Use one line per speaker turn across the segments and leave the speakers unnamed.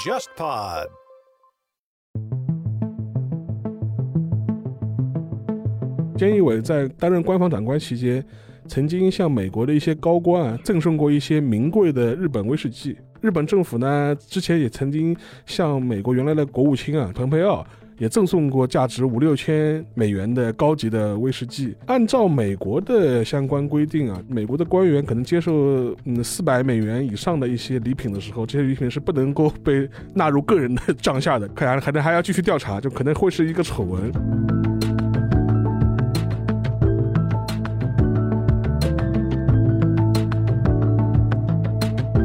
JustPod。
菅义伟在担任官方长官期间，曾经向美国的一些高官啊赠送过一些名贵的日本威士忌。日本政府呢，之前也曾经向美国原来的国务卿啊蓬佩奥也赠送过价值五六千美元的高级的威士忌。按照美国的相关规定啊，美国的官员可能接受嗯四百美元以上的一些礼品的时候，这些礼品是不能够被纳入个人的账下的，看来还能还要继续调查，就可能会是一个丑闻。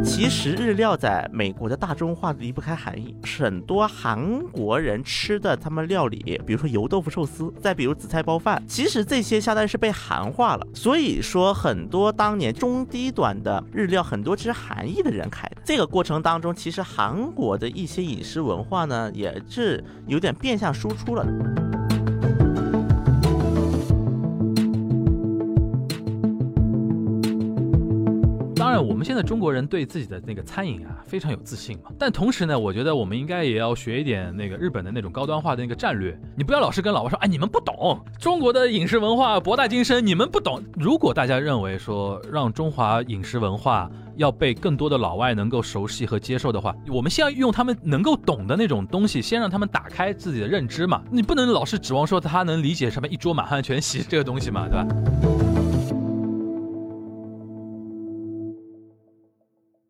其实日料在美国的大众化离不开韩裔，很多韩国人吃的他们料理，比如说油豆腐寿司，再比如紫菜包饭，其实这些相当于是被韩化了。所以说，很多当年中低端的日料，很多是韩裔的人开的。这个过程当中，其实韩国的一些饮食文化呢，也是有点变相输出了。
当然，我们现在中国人对自己的那个餐饮啊非常有自信嘛。但同时呢，我觉得我们应该也要学一点那个日本的那种高端化的那个战略。你不要老是跟老外说，哎，你们不懂中国的饮食文化博大精深，你们不懂。如果大家认为说让中华饮食文化要被更多的老外能够熟悉和接受的话，我们先要用他们能够懂的那种东西，先让他们打开自己的认知嘛。你不能老是指望说他能理解什么一桌满汉全席这个东西嘛，对吧？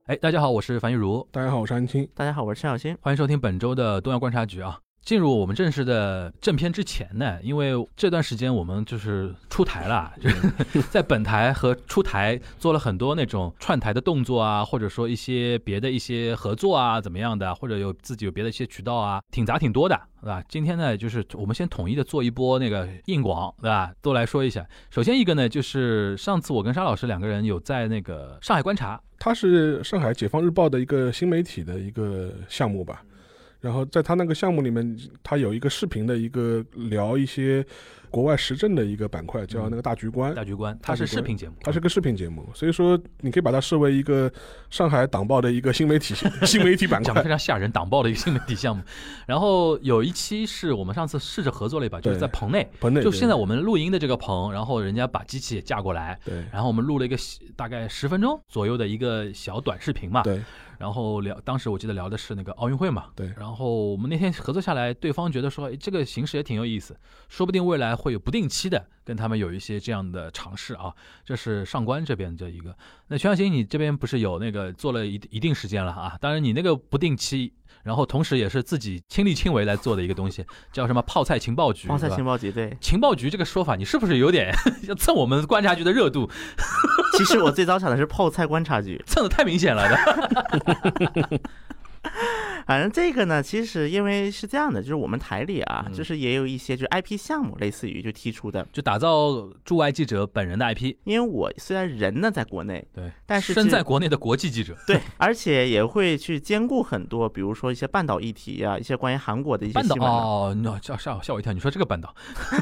哎，大家好，我是樊玉茹。
大家好，我是安青。
大家好，我是陈小新。
欢迎收听本周的东亚观察局啊。进入我们正式的正片之前呢，因为这段时间我们就是出台了，啊就是 在本台和出台做了很多那种串台的动作啊，或者说一些别的一些合作啊，怎么样的，或者有自己有别的一些渠道啊，挺杂挺多的，对吧？今天呢，就是我们先统一的做一波那个硬广，对吧？都来说一下。首先一个呢，就是上次我跟沙老师两个人有在那个上海观察，
它是上海《解放日报》的一个新媒体的一个项目吧。然后在他那个项目里面，他有一个视频的一个聊一些国外时政的一个板块，
嗯
叫那个大局观。
大局观，它是视频节目，
它是个视频节目，所以说你可以把它视为一个上海党报的一个新媒 体新媒体板
讲的
块
非。常吓人，党报的一个新媒体项目。然后有一期是我们上次试着合作了一把，就是
对
在棚内，
棚内
就
对
现在我们录音的这个棚，然后人家把机器也架过来，
对
然后我们录了一个小大概十分钟左右的一个小短视频嘛，
对
然后聊，当时我记得聊的是那个奥运会嘛，
对
然后我们那天合作下来，对方觉得说，哎，这个形式也挺有意思，说不定未来会有不定期的跟他们有一些这样的尝试啊。这是上官这边的一个。那全小新，你这边不是有那个做了一一定时间了啊？当然你那个不定期，然后同时也是自己亲力亲为来做的一个东西，叫什么泡菜情报局？
黄菜
是吧
情报局对，
情报局这个说法，你是不是有点 要蹭我们观察局的热度，
其实我最早想的是泡菜观察局。
蹭的太明显了的？
反正啊这个呢，其实因为是这样的，就是我们台里啊，
嗯
就是也有一些就是 IP 项目，类似于就提出的。
就打造驻外记者本人的 IP，
因为我虽然人呢在国内，
对，
但是
身
这
在国内的国际记者，
对，而且也会去兼顾很多，比如说一些半岛议题啊，一些关于韩国的一些
半
新
岛
闻啊、
哦，那吓吓吓我一跳！你说这个半岛，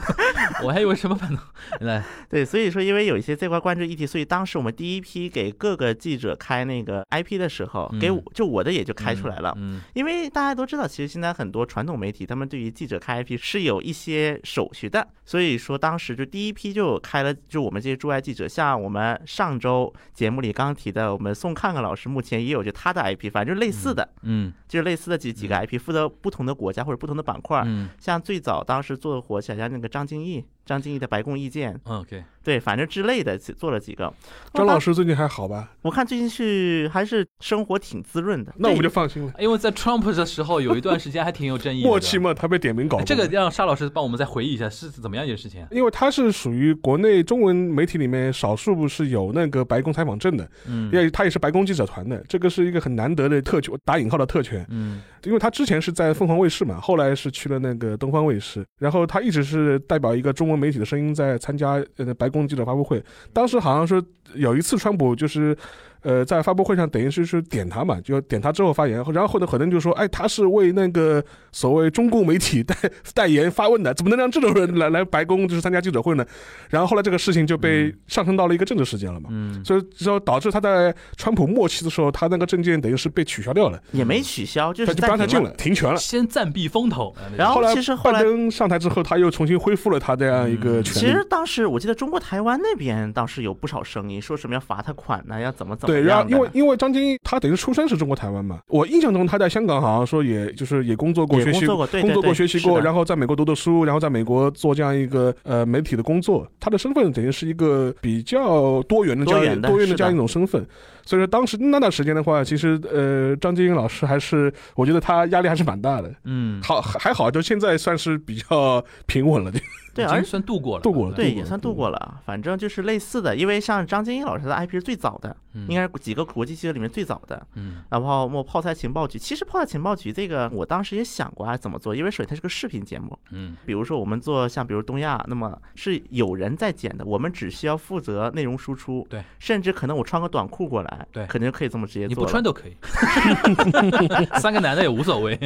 我还以为什么半岛。来，
对，所以说因为有一些这块关注议题，所以当时我们第一批给各个记者开那个 IP 的时候，给
嗯
我就我的也就开出来了。
嗯，
因为大家都知道，其实现在很多传统媒体，他们对于记者开 IP 是有一些手续的，所以说当时就第一批就有开了，就我们这些驻外记者，像我们上周节目里刚提的，我们宋看看老师目前也有就他的 IP，反正就类似的，
嗯
就是类似的几几个 IP，负责不同的国家或者不同的板块。
嗯
像最早当时做的火起来，像那个张敬义，张敬义的白宫意见，
嗯，OK，
对，反正之类的做了几个。
张老
师，
师最近还好吧？
我看最近是还是生活挺滋润的。
那我们就放心了。
因为在 Trump 的时候有一段时间还挺有争议的，
默契嘛，他被点名搞
哎
过
这个让沙老师帮我们再回忆一下是怎么样一件事情啊？
因为他是属于国内中文媒体里面少数是有那个白宫采访证的，
嗯
因为他也是白宫记者团的，这个是一个很难得的特权，打引号的特权。
嗯
因为他之前是在凤凰卫视嘛，后来是去了那个东方卫视，然后他一直是代表一个中文媒体的声音在参加呃白宫记者发布会。当时好像说有一次川普就是。呃，在发布会上等于是是点他嘛，就点他之后发言，然后后头可能就说，哎，他是为那个所谓中共媒体代 代言发问的，怎么能让这种人来来白宫就是参加记者会呢？然后后来这个事情就被上升到了一个政治事件了嘛，
嗯，
所以就导致他在川普末期的时候，他那个证件等于是被取消掉了，
也没取消，就
他
是
就不让他
暂
进
停
了，。停权了。
先暂避风头，
然
后来
其实后
拜
来，
登上台之后，他又重新恢复了他这样一个
嗯
权
其
利。
实当时我记得中国台湾那边当时有不少声音，说什么要罚他款呢，要怎么怎么
对，
样
然后
的
因为因为张晶他等于出生是中国台湾嘛，我印象中他在香港好像说也就是也工作过、
也
学
工
习
作过，对
工
对
作过、
对，
学习
是
过，
的
然后在美国读的书，然后在美国做这样一个呃媒体的工作，他的身份等于是一个比较多元的这
多
样
元的
多元的
是
这样
的
一种身份。所以说当时那段时间的话，其实呃张晶老师还是我觉得他压力还是蛮大的，
嗯，
好还还好，就现在算是比较平稳了。
对，
已
而
经算度过了吧，
度过了
对
过
也
了
算
度
度过了，反正就是类似的，因为像张建英老师的 IP 是最早的，
嗯
应该是几个国际记者里面最早的。
嗯
然后么泡菜情报局，其实泡菜情报局这个我当时也想过啊怎么做，因为首先它是个视频节目，
嗯
比如说我们做像比如东亚，那么是有人在剪的，我们只需要负责内容输出，
对，
甚至可能我穿个短裤过来，
对
肯定可以这么直接
你
做
不
了。
穿都可以， 三个男的也无所谓。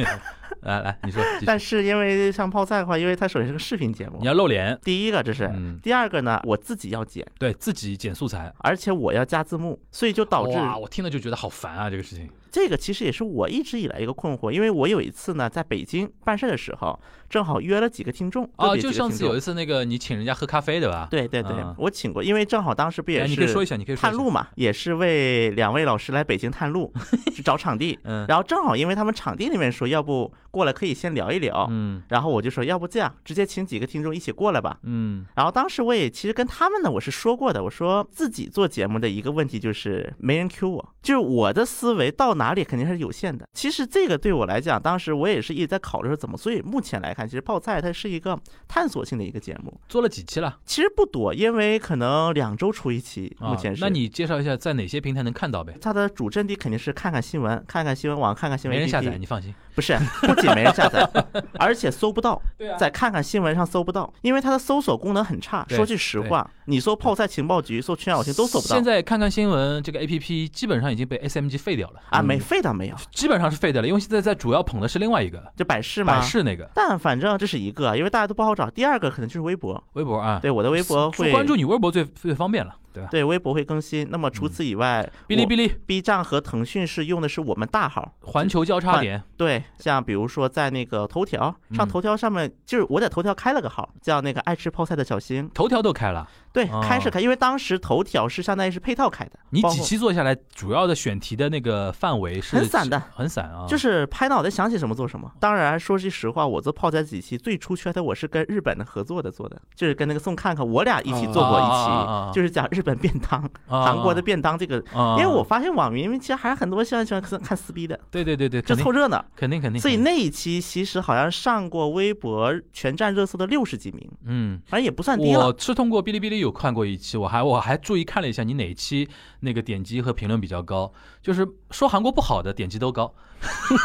来来，你说，继续
但是因为像泡菜的话，因为它首先是个视频节目
你，要露脸，
第一个这是，
嗯
第二个呢，我自己要剪，
对自己剪素材。
而且我要加字幕，所以就导致
哇，我听了就觉得好烦啊，这个事情。
这个其实也是我一直以来一个困惑，因为我有一次呢，在北京办事的时候，正好约了几个听众
哦，
个别几
就
个
上
听
次
众
有一次那个你请人家喝咖啡对吧？
对对对
嗯，
我请过，因为正好当时不
哎，
也
你可以说一
是
下，你可以说
探
一下
路嘛，也是为两位老师来北京探 路去找场地，
嗯
然后正好因为他们场地那边说，要不过来可以先聊一聊，
嗯
然后我就说，要不这样，直接请几个听众一起过来吧。
嗯
然后当时我也其实跟他们呢，我是说过的，我说自己做节目的一个问题就是没人 Q 我，就是我的思维到哪里肯定是有限的。其实这个对我来讲，当时我也是一直在考虑说怎么，所以目前来看，其实泡菜它是一个探索性的一个节目，
做了几期了？
其实不多，因为可能两周出一期，
啊
目前是。
那你介绍一下在哪些平台能看到呗？
它的主阵地肯定是看看新闻，看看新闻网，看看新
没
闻
人下
APP。
载，你放心。
不是， 不仅没人下 载，而且搜不到。
对啊
再看看新闻上搜不到，因为它的搜索功能很差。
对
说句实话，你搜泡菜情报局、搜全小星都搜不
现
到。
在看看新闻，这个 A P P 基本上已经被 S M G 废掉了
啊，
嗯
没废倒没有，
基本上是废掉了，因为现在在主要捧的是另外一个
就百事嘛。
百。事那个
但反正这是一个，因为大家都不好找。第二个可能就是微博，
微博啊，
对我的微博
说
会
关注你微博最最方便了，对吧？
对微博会更新。那么除此以外，
嗯哔哩
我
哔哩、
B 站和腾讯是用的是我们大号。
环球交叉点，
对，像比如说在那个头条上，
嗯
头条上面就是我在头条开了个号，叫那个爱吃泡菜的小新。
头条都开了。
对，
哦
开是开，因为当时头条是相当于是配套开的，
你
包
几
括
期做下来，主要的选题的那个范围是
很散的
很散啊，
就是拍脑袋想起什么做什么。当然，说句实话，我做泡菜几期最出圈的，我是跟日本的合作的做的，就是跟那个宋看看，我俩一起做过一
啊啊啊啊啊
期，就是讲日本便当、
啊
韩国的，便当这个。
啊
因为我发现网民其实还是很多喜欢喜欢看看撕逼的，
对对对对，
就
肯定
凑热闹。
肯定肯定，
所以
肯定
那一期其实好像上过微博全站热搜的六十几名，
嗯。
反正也不算低了。
我是通过哔哩哔哩有看过一期，我还我还注意看了一下你哪一期那个点击和评论比较高，就是说韩国不好的点击都高。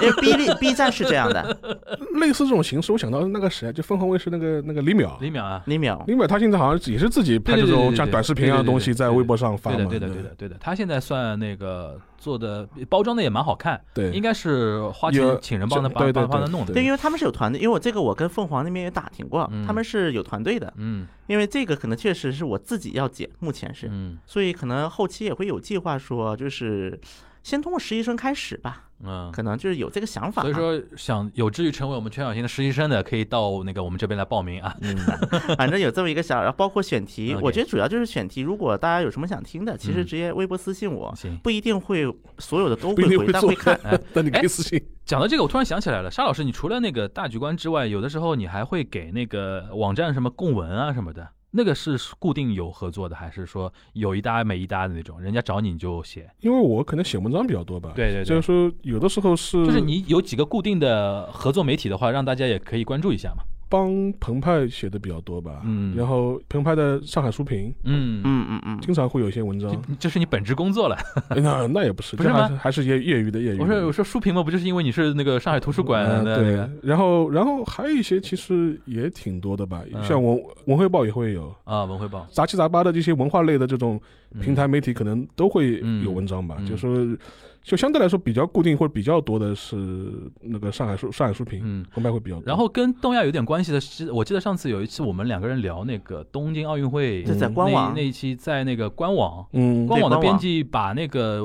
因为 B 哩 B 站是这样的，
类似这种形式，我想到那个谁，啊，就凤凰卫视那个那个李淼，
李淼啊，
李淼
李淼他现在好像也是自己拍这
对对对
种
对
像
对
短视频一样的东
对
西
对对
在微博上发
对的
嘛，
对的对的对的，他现在算那个做的包装的也蛮好看，
对
应该是花
有
钱请人帮他
就
帮
对对
帮帮他
对
弄的。
对，因为他们是有团队，因为我这个我跟凤凰那边也打听过，
嗯
他们是有团队的，
嗯
因为这个可能确实是我自己要剪，目前是，
嗯
所以可能后期也会有计划说，就是先通过实习生开始吧，
嗯。
可能就是有这个想法、啊。
所以说， 想有志于成为我们全小新的实习生的，可以到那个我们这边来报名啊。
嗯
反正有这么一个想，然后包括选题，
OK
我觉得主要就是选题。如果大家有什么想听的，其实直接微博私信我，
行，
不一定会所有的都
不一
会
定
回，
会
但
做
会看。
哎
但你可以私信。
讲到这个，我突然想起来了，沙老师，你除了那个大局观之外，有的时候你还会给那个网站什么供文啊什么的，那个是固定有合作的，还是说有一搭没一搭的那种？人家找你你就写，
因为我可能写文章比较多吧，
对对对
所以说有的时候是
就是你有几个固定的合作媒体的话，让大家也可以关注一下嘛。
帮澎湃写的比较多吧，
嗯
然后澎湃的上海书评
嗯，
嗯嗯 嗯，
经常会有一些文章，
这是你本职工作了。
哎那那也不是，
不是
这还
吗
是还是业业余的业余的。
我说我说书评嘛，不就是因为你是那个上海图书馆
嗯
的那个
对，然后然后还有一些其实也挺多的吧，
嗯
像文文汇报也会有，
啊文汇报？
杂七杂八的这些文化类的这种
嗯
平台媒体可能都会有文章吧，
嗯嗯
就说就相对来说比较固定或者比较多的是那个上海书上海书评
嗯。
红白会比较多。
然后跟东亚有点关系的是，我记得上次有一期我们两个人聊那个东京奥运会，
对在官
那
网
那一期在那个官网，
嗯，
官网的
官网
编辑把那个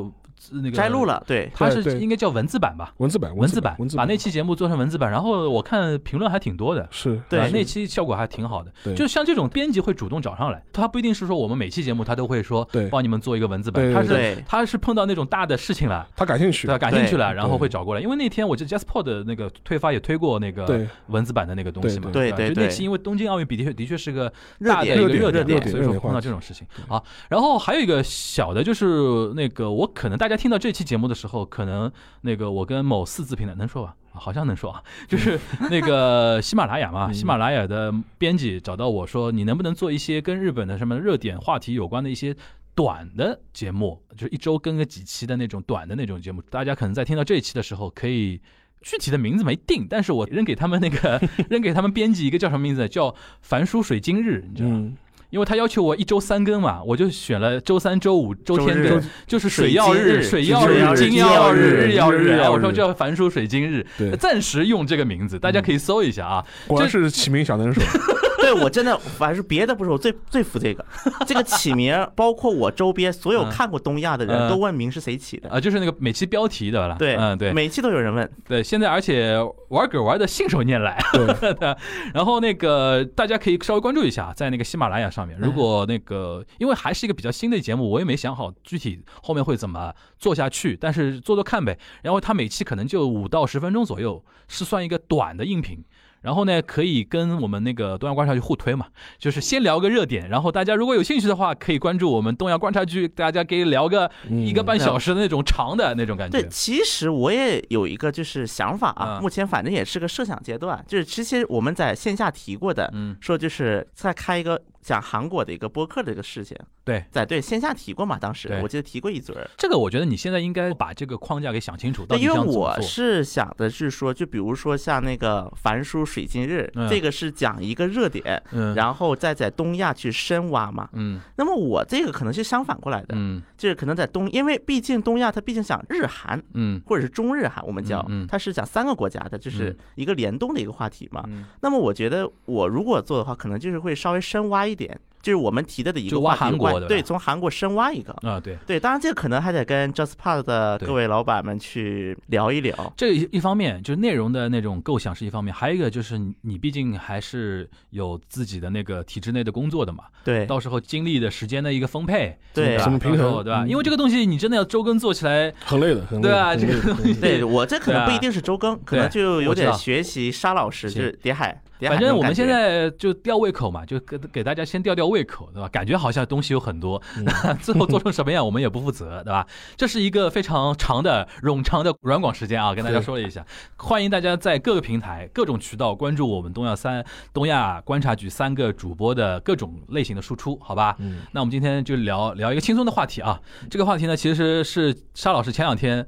呃那个
摘录，了，对，
它
对
是
对
应该叫文字版吧？
文字版
文
字
版，
文字
把那期节目做成文字版，然后我看评论还挺多的。
是
对
啊
是
那期效果还挺好的。
对
就像这种编辑会主动找上来，他不一定是说我们每期节目他都会说
对
帮你们做一个文字
对对
版，他是
对，
他是碰到那种大的事情了，
他感兴
对
趣，
吧？感兴趣了，
对
然后会找过来。因为那天我记得 JazzPod 的那个推发也推过那个
对
文字版的那个东西嘛，
对
吧
对
就
对
那期因为东京奥运比的确的确是个
热
大的
点
一个
热点
热
热
嘛
点
所以
热
说
点话
碰到这种事情啊。然后还有一个小的，就是那个我可能大家听到这期节目的时候，可能那个我跟某四字平台能说吧。啊好像能说啊， 就是那个喜马拉雅嘛，
嗯
喜马拉雅的编辑找到我说，你能不能做一些跟日本的什么热点话题有关的一些短的节目，就是一周更个几期的那种短的那种节目。大家可能在听到这一期的时候，可以具体的名字没定，但是我扔给他们那个 扔给他们编辑一个叫什么名字，叫《凡书水晶日》，你知道吗？
嗯，
因为他要求我一周三更嘛，我就选了周三、周五、周天
周
更
日，
就是水曜日、水
水
曜
晶
日
日、
水
金
曜
曜
日
日、日曜
日
日
曜日
啊，我说叫《凡书水晶日》
对，嗯
暂时用这个名字，大家可以搜一下啊。
果然是启明小能手，
对我真的反正别的不是我最最服这个，这个起名儿，包括我周边所有
嗯
看过东亚的
嗯
人都问名是谁起的，
啊，就是那个每期标题的啦，
对，
嗯，对，嗯
每期都有人问，
对，现在而且玩梗玩的信手拈来，
对
然后那个大家可以稍微关注一下，在那个喜马拉雅上面。如果那个因为还是一个比较新的节目，我也没想好具体后面会怎么做下去，但是做做看呗。然后它每期可能就五到十分钟左右，是算一个短的音频。然后呢，可以跟我们那个东亚观察局互推嘛，就是先聊个热点，然后大家如果有兴趣的话，可以关注我们东亚观察局，大家可以聊个
嗯
一个半小时的那种长的那种感
对
觉，。
其实我也有一个就是想法啊，
嗯
目前反正也是个设想阶段，就是之前我们在线下提过的，
嗯，
说就是在开一个讲韩国的一个播客的一个事情，
对，
在对线下提过嘛，当时
对
我记得提过一嘴儿。
这个我觉得你现在应该把这个框架给想清楚，到
对，
底
因为
想怎么
我
做。
是想的是说，就比如说像那个《凡书水晶日》
嗯
这个是讲一个热点，
嗯，
然后再在东亚去深挖嘛。
嗯
那么我这个可能是相反过来的，
嗯
就是可能在东，因为毕竟东亚它毕竟讲日韩，
嗯
或者是中日韩，我们叫
嗯嗯，
它是讲三个国家的，就是
嗯
一个联动的一个话题嘛。
嗯，
那么我觉得我如果做的话，可能就是会稍微深挖一点，就是我们提到的一
就
个
挖
话题
韩国
关
的
对，从韩国深挖一个。
啊，对，
对，当然这个可能还得跟 JustPod 的
对
各位老板们去聊一聊。
这一一方面就是内容的那种构想是一方面，还有一个就是你你毕竟还是有自己的那个体制内的工作的嘛，
对
到时候精力的时间的一个分配，
对
吧
什么
到
平
时
衡
候对吧？
嗯
因为这个东西你真的要周更做起来，
很累的，很累的
对啊
很
这个
累的
东西
嗯
对，我这可
对啊
能不一定是周更，可能
对
就有
我知道
点学习沙老师，就
行
是叠海。叠海
反
那
正
种
我们
感觉
现在就吊胃口嘛，就给给大家先吊吊胃口，对吧？感觉好像东西有很多，
嗯
最后做成什么样我们也不负责，对吧？ 这是一个非常长的冗长的软广时间啊，跟大家说了一下，欢迎大家在各个平台、各种渠道关注我们东亚三东亚观察局三个主播的各种类型的输出，好吧？
嗯
那我们今天就聊聊一个轻松的话题啊，这个话题呢其实是沙老师前两天。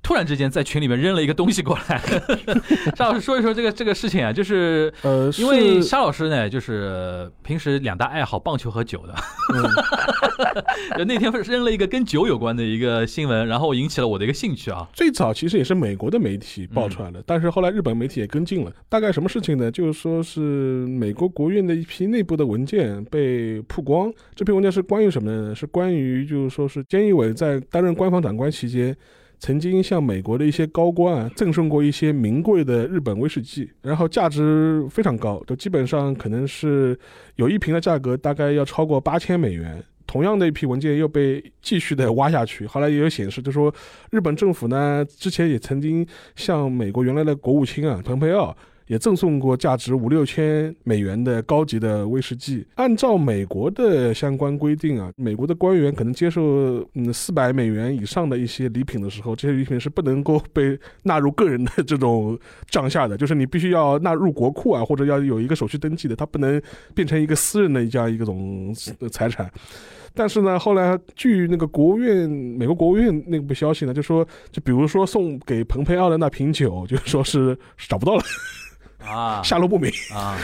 突然之间，在群里面扔了一个东西过来， 沙老师说一说这个这个事情啊，就是
呃，
因为
是
沙老师呢，就是平时两大爱好，棒球和酒的。
嗯
就 那天扔了一个跟酒有关的一个新闻，然后引起了我的一个兴趣啊。
最早其实也是美国的媒体爆出来的，但是后来日本媒体也跟进了。大概什么事情呢？就是说是美国国务院的一批内部的文件被曝光，这篇文件是关于什么呢？是关于就是说是菅义伟在担任官方长官期间。曾经向美国的一些高官啊赠送过一些名贵的日本威士忌，然后价值非常高，就基本上可能是有一瓶的价格大概要超过八千美元。同样的一批文件又被继续的挖下去，后来也有显示，就说日本政府呢之前也曾经向美国原来的国务卿啊蓬佩奥也赠送过价值五六千美元的高级的威士忌。按照美国的相关规定啊，美国的官员可能接受嗯四百美元以上的一些礼品的时候，这些礼品是不能够被纳入个人的这种帐下的，就是你必须要纳入国库啊，或者要有一个手续登记的，它不能变成一个私人的这样一个种呃财产。但是呢，后来据那个国务院美国国务院那部消息呢，就说，就比如说送给蓬佩奥的那瓶酒，就说是找不到了，
啊
下落不明。
啊，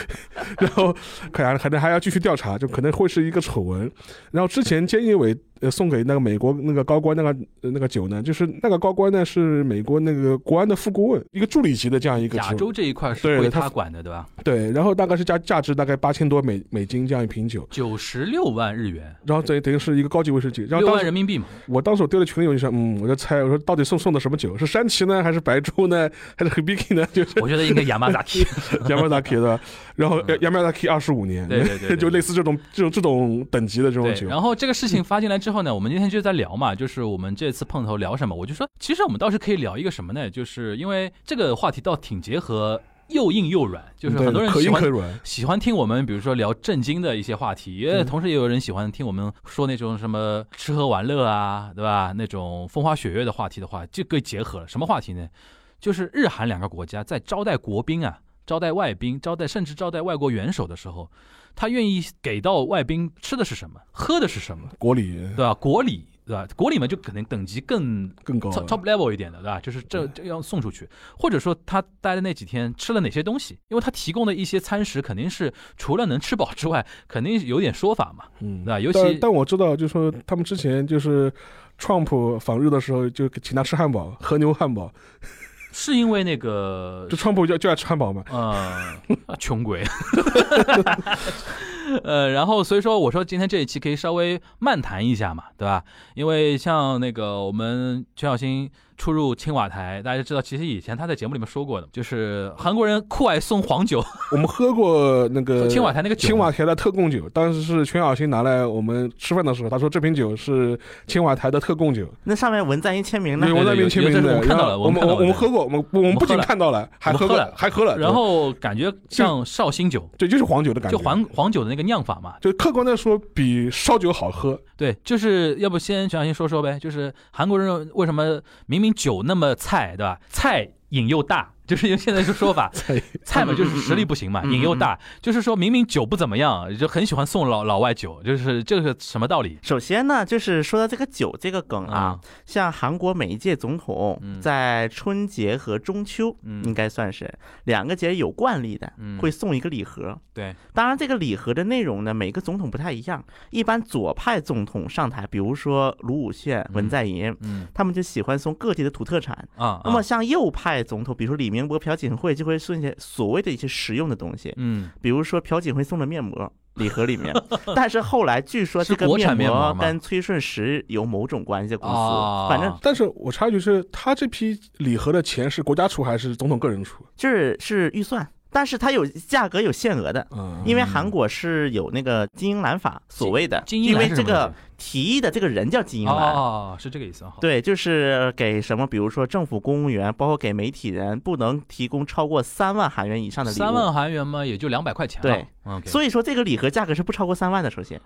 然后可能可能还要继续调查，就可能会是一个丑闻。然后之前菅义伟呃送给那个美国那个高官那个呃那个酒呢，就是那个高官呢是美国那个国安的副顾问，一个助理级的这样一个
亚
职
洲这一块是
对
归
他
他管的，对吧？
对，然后大概是价价值大概八千多美美金这样一瓶酒，
九十六万日元，
然后等于等于是一个高级威士忌，然后
六
当
万
时
人民币嘛，
我当时我丢了群里，我就说，嗯，我就猜，我说到底送送的什么酒？是山崎呢，还是白珠呢， 还是 Hibiki 呢？就是
我觉得应该亚麻扎提。
Yamadaki 的，然后 Yamadaki 二十五年，
嗯对对对 对
就类似这种这种这种等级的这种
对，
酒，
然后这个事情发进来之后呢，我们今天就在聊嘛，就是我们这次碰头聊什么，我就说，其实我们倒是可以聊一个什么呢？就是因为这个话题倒挺结合又硬又软，就是
对
很多人
可
喜
硬
欢
可软，
喜欢听我们，比如说聊正经的一些话题，也
嗯
同时也有人喜欢听我们说那种什么吃喝玩乐啊，对吧？那种风花雪月的话题的话，就可以结合了。什么话题呢？就是日韩两个国家在招待国宾啊、招待外宾、招待甚至招待外国元首的时候，他愿意给到外宾吃的是什么，喝的是什么，
国礼
对吧？国礼，对吧？国礼嘛，就可能等级更
更高
top
了。
top level 一点的，对吧？就是这这要送出去，或者说他待的那几天吃了哪些东西，因为他提供的一些餐食肯定是除了能吃饱之外，肯定有点说法嘛，
嗯
对吧？啊尤
但
其
但我知道，就是说他们之前就是川普访日的时候，就请他吃汉堡，和牛汉堡。
是因为那个
就川普就就爱吃汉堡嘛，
呃，穷鬼。 呃，然后所以说，我说今天这一期可以稍微漫谈一下嘛，对吧？因为像那个我们全小新出入青瓦台，大家知道，其实以前他在节目里面说过的，就是韩国人酷爱送黄酒，
我们喝过那个
青瓦台那个酒嘛，
青瓦台的特供酒，当时是全小新拿来我们吃饭的时候，他说这瓶酒是青瓦台的特供酒，
那上面文在寅签名呢
对，？我在那边签名
有这
的
个我，们看到了
然后我我
我们看到了
们喝过，我们我们不仅
我们喝了
看到了，还喝过
我们喝了，
还喝 了，
然后感觉像绍兴酒，
对，就是黄酒的感觉，
就黄黄酒的那个酿法嘛。
就客观的说比烧酒好喝，，
对，就是要不先全小新说说呗，就是韩国人为什么明明酒那么菜，对吧？菜瘾又大，就是用现在这 说法
菜
菜嘛就是实力不行嘛，
嗯嗯嗯
瘾又大，就是说明明酒不怎么样，就很喜欢送老老外酒，就是这个什么道理？
首先呢，就是说到这个酒这个梗啊
啊，
像韩国每一届总统
嗯
在春节和中秋，
嗯
应该算是两个节有惯例的，
嗯
会送一个礼盒。
对，
当然，这个礼盒的内容呢，每个总统不太一样。一般左派总统上台，比如说卢武铉、文在寅，
嗯
他们就喜欢送各地的土特产。
啊，
那么
啊
像右派总统，比如说李明博、朴槿惠，就会送一些所谓的一些实用的东西，
嗯
比如说朴槿惠送的面膜。礼盒 里面，但是后来据说这
是
个
国产面膜
膜
吗
跟崔顺实有某种关系的公司，
啊，
反正
但是我插一句是，他这批礼盒的钱是国家出还是总统个人出？
就是是预算，但是它有价格有限额的，
啊
嗯，
因为韩国是有那个金英兰法所谓的，
金
因
英兰
为
是
这
什么
个提议的这个人叫金英
哦哦
兰，
哦是这个意思啊，好
对，就是给什么，比如说政府公务员，包括给媒体人，不能提供超过三万韩元以上的礼物。
三万韩元嘛，也就两百块钱啊，
对
，OK，
所以说这个礼盒价格是不超过三万的。首先，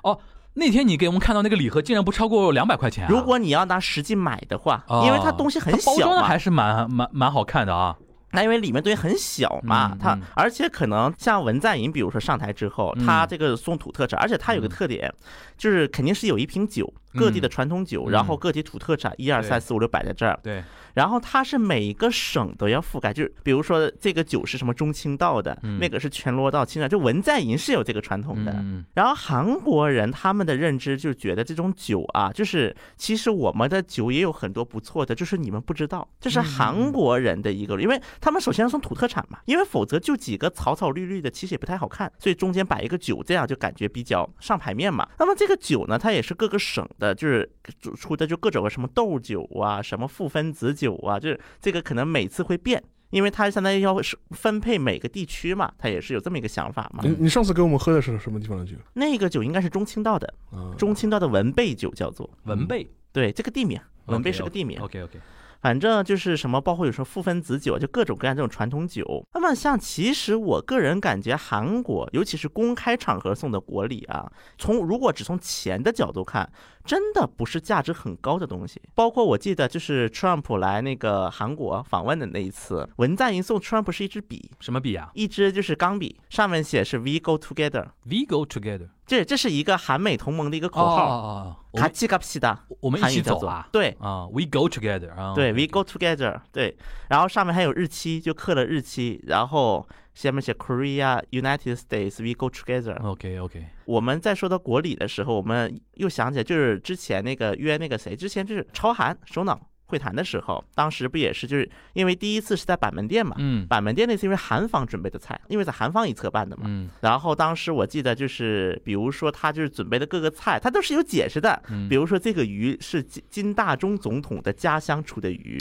那天你给我们看到那个礼盒，竟然不超过两百块钱啊、
如果你要拿实际买的话，
哦
因为它东西
它
很
包
小
装的
嘛
还，是蛮蛮蛮好看的啊。
那因为里面东西很小嘛
嗯，
它
嗯
而且可能像文在寅，比如说上台之后，
嗯
他这个松土特产，而且它有个
嗯
特点，就是肯定是有一瓶酒，各地的传统酒，
嗯
然后各地土特产，一二三四五六摆在这儿，
对，
然后它是每一个省都要覆盖，就是比如说这个酒是什么中青道的，
嗯
那个是全罗道、青岛，就文在寅是有这个传统的。
嗯，
然后韩国人他们的认知就觉得这种酒啊，就是其实我们的酒也有很多不错的，就是你们不知道，这是韩国人的一个，因为他们首先要送土特产嘛，因为否则就几个草草绿绿的，其实也不太好看，所以中间摆一个酒，这样就感觉比较上牌面嘛。那么这个酒呢，它也是各个省的，就是出出的就各种什么豆酒啊，什么复分子酒啊，就是这个可能每次会变。因为它相当于要是分配每个地区嘛，它也是有这么一个想法嘛
你。你上次给我们喝的是什么地方的酒？
那个酒应该是中青道的，
啊，
中青道的文贝酒叫做，
文贝，
对，这个地名，文贝
OK，
是个地名。
OK OK，
反正就是什么，包括有什么复分子酒，就各种各样这种传统酒。那么像其实我个人感觉，韩国尤其是公开场合送的国礼啊，从如果只从钱的角度看，真的不是价值很高的东西。包括我记得就是 Trump 来那个韩国访问的那一次，文在寅送 Trump 是一支笔，
什么笔啊
一支就是钢笔，上面写是 We Go Together。
？We go together，
这这是一个韩美同盟的一个口
哦
号，
哦哦我
卡
们
奇卡皮西达，
我们一
韩
起
语叫
走
做
啊，
对
啊，We go together 啊，
对，We go together，对，然后上面还有日期，就刻了日期，然后下面写 Korea United States We go together，
，OK OK，
我们在说到国礼的时候，我们又想起来，就是之前那个约那个谁，之前就是超韩首脑会谈的时候，当时不也是就是因为第一次是在板门店嘛，
嗯
板门店那次因为韩方准备的菜，因为在韩方一侧办的嘛，
嗯
然后当时我记得就是比如说他就是准备的各个菜，他都是有解释的。
嗯
比，如说，这个鱼是金金大中总统的家乡出的 鱼，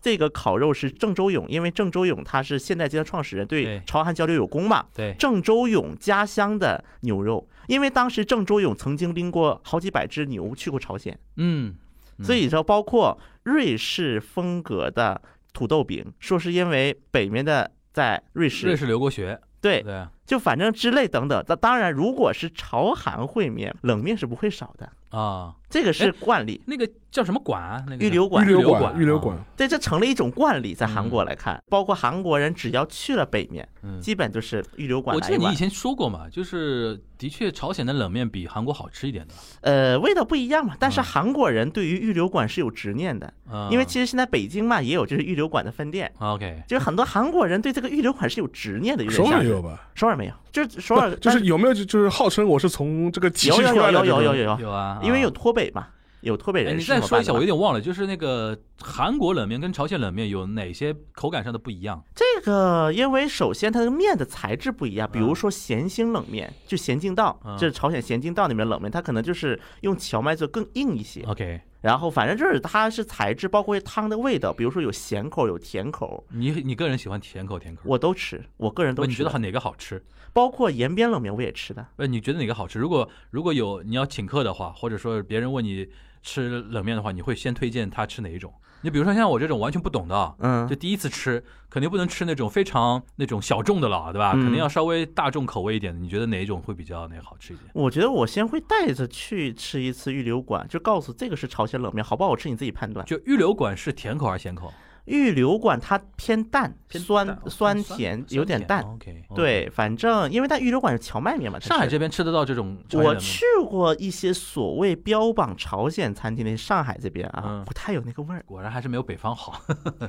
这个烤肉是郑周永，因为郑周永他是现代集团创始人，对
对
朝韩交流有功嘛，
对，
郑周永家乡的牛肉，因为当时郑周永曾经拎过好几百只牛去过朝鲜，
嗯，嗯
所以说包括瑞士风格的土豆饼，说是因为北面的在瑞士，
瑞士留过学，
对，
对，
就反正之类等等。那当然，如果是朝韩烩面，冷面是不会少的，
啊，
这个是
哎
惯例。
那个叫什么馆啊？那个
预
叫
留馆，
流
流
馆
预留
啊
馆，
对，这成了一种惯例，在韩国来看，包括韩国人只要去了北面，
嗯
基本就是预留馆
我
来
记
一
得你
碗
以前说过嘛，就是的确朝鲜的冷面比韩国好吃一点的，
呃，味道不一样嘛。但是
嗯
韩国人对于预留馆是有执念的，
嗯，啊
因为其实现在北京嘛也有就是预留馆的分店，
OK，
就是很多韩国人对这个预留馆是有执念的，有
首
点
尔
像
也
是
有吧？
首尔没有，就是首
不
尔
就
但
是有没有就就是号称我是从这个体
有
系
有
出来
有
的
有
这种
有有有有，
有啊，
哦因为
啊
有脱北嘛，有脱北
哎，
人
你
是这
再
么
说一
办
下，
的
我
嘛。
有点忘了，就是那个韩国冷面跟朝鲜冷面有哪些口感上的不一样？
这个，因为首先它的面的材质不一样，比如说咸兴冷面，就咸镜道，
嗯
这是朝鲜咸镜道里面冷面，它可能就是用荞麦做更硬一些。
OK，
然后反正就是它是材质，包括汤的味道，比如说有咸口有甜口，
你你个人喜欢甜口甜口，
我都吃，我个人
不
都
你
吃
觉得
的，
哪个好吃？
包括延边冷面我也吃的。
不，你觉得哪个好吃？如果如果有你要请客的话，或者说别人问你吃冷面的话，你会先推荐他吃哪一种？你比如说像我这种完全不懂的啊，
嗯
就第一次吃，肯定不能吃那种非常那种小众的了，对吧？
嗯
肯定要稍微大众口味一点的。你觉得哪一种会比较那个好吃一点？
我觉得我先会带着去吃一次玉留馆，就告诉这个是朝鲜冷面，好不好吃你自己判断。
就玉流馆是甜口还是咸口？
玉留馆它偏淡，
偏
酸
淡哦
酸
酸
甜，有点
酸
淡。
甜哦 OK，,
对，反正因为它玉留馆是荞麦面嘛，它
上海
是
这边吃得到这种朝
啊
鲜
我
冷面
去过一些所谓标榜朝鲜餐厅的上海这边啊
嗯，
不太有那个味儿。
果然还是没有北方好。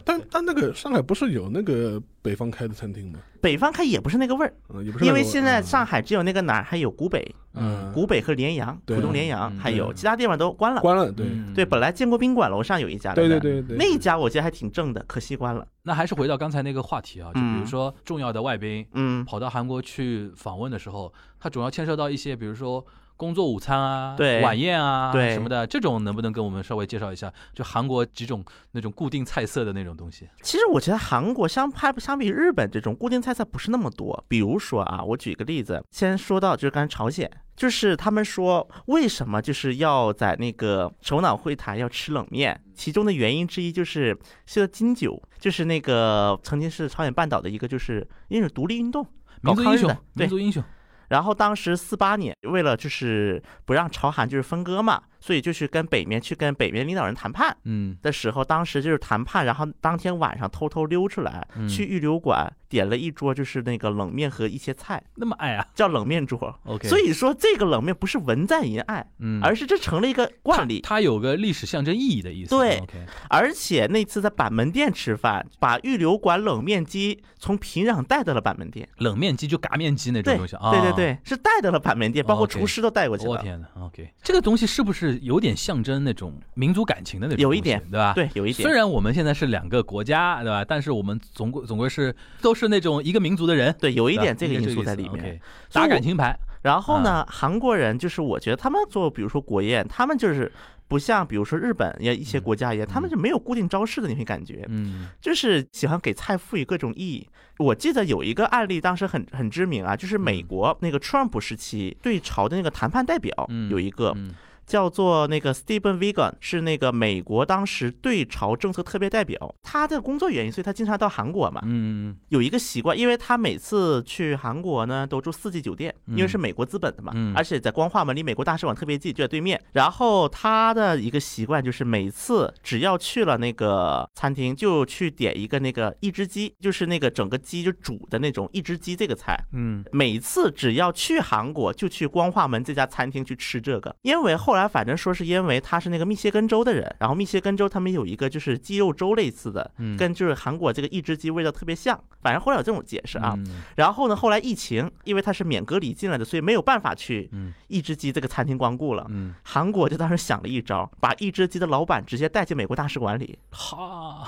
但但那个上海不是有那个北方开的餐厅吗？
北方开也不是那个味儿，
嗯，也不是那
因
个味儿。
为现在上海只有那个哪儿还有古北，
嗯
古北和联阳、
对
浦东联阳
嗯
还有，
对
其他地方都关了。
关了，对
嗯
对，本来建国宾馆楼上有一家来
对
的，
对对对，
那一家我记得还挺正的，可惜关了。
那还是回到刚才那个话题啊，就比
嗯
如说重要的外宾
嗯，
跑到韩国去访问的时候，他总要牵涉到一些，比如说工作午餐啊、
对
晚宴啊
对
什么的，这种能不能跟我们稍微介绍一下？就韩国几种那种固定菜色的那种东西？
其实我觉得韩国相拍相比日本这种固定菜色不是那么多。比如说啊，我举一个例子，先说到就是刚才朝鲜，就是他们说为什么就是要在那个首脑会谈要吃冷面，其中的原因之一就是现在金九，就是那个曾经是朝鲜半岛的一个就是因为独立运动。搞
民族
抗
英
日
雄
的，对
民族英雄，
然后当时四八年，为了就是不让朝韩就是分割嘛，所以就去跟北面去跟北面领导人谈判，
嗯
的时候，当时就是谈判，然后当天晚上偷偷溜出来，
嗯
去预留馆点了一桌，就是那个冷面和一些菜，
那么爱啊
叫冷面桌。
，OK，
所以说，这个冷面不是文在寅爱，
嗯，
而是这成了一个惯例。
它有个历史象征意义的意思，
对
，OK，
而且那次在板门店吃饭，把预留馆冷面机从平壤带到了板门店。
冷面鸡就嘎面鸡那种
对，
东西啊，
对对，对，是带到了板门店，包括
哦 OK
厨师都带过去
我
了。
哦天呐 o k 这个东西是不是有点象征那种民族感情的那种东西？
有一点
对吧？
对，有一
虽
点。
然我们现在是两个国家，对吧？但是我们总归总归是都是那种一个民族的人，
对，有一
对吧
点这个
应
因
该个
素
意
在
思
里面。
，OK 啊
所以
打
我
感情牌，
然后呢，韩国人就是我觉得他们做，比如说国宴，他们就是不像比如说日本也一些国家一样，他们就没有固定招式的那种感觉，
嗯
就是喜欢给菜赋予各种意义。我记得有一个案例，当时很很
嗯
知名啊，就是美国那个 Trump 时期对朝的那个谈判代表
嗯
有一个
嗯
叫做那个 Stephen Wigan，是那个美国当时对朝政策特别代表。他的工作原因，所以他经常到韩国嘛。
嗯
有一个习惯，因为他每次去韩国呢，都住四季酒店，因为
嗯
是美国资本的嘛，
嗯
而且在光化门离美国大使馆特别近，就在对面。然后他的一个习惯就是每次只要去了那个餐厅，就去点一个那个一只鸡，就是那个整个鸡就煮的那种一只鸡这个菜。
嗯
每次只要去韩国，就去光化门这家餐厅去吃这个，因为后来反正说是因为他是那个密歇根州的人，然后密歇根州他们有一个就是鸡肉粥类似的，
嗯
跟就是韩国这个一只鸡味道特别像，反正后来有这种解释啊。
嗯
然后呢，后来疫情，因为他是免隔离进来的，所以没有办法去
嗯
一只鸡这个餐厅光顾了。
嗯，
韩国就当时想了一招，把一只鸡的老板直接带进美国大使馆里，
哈，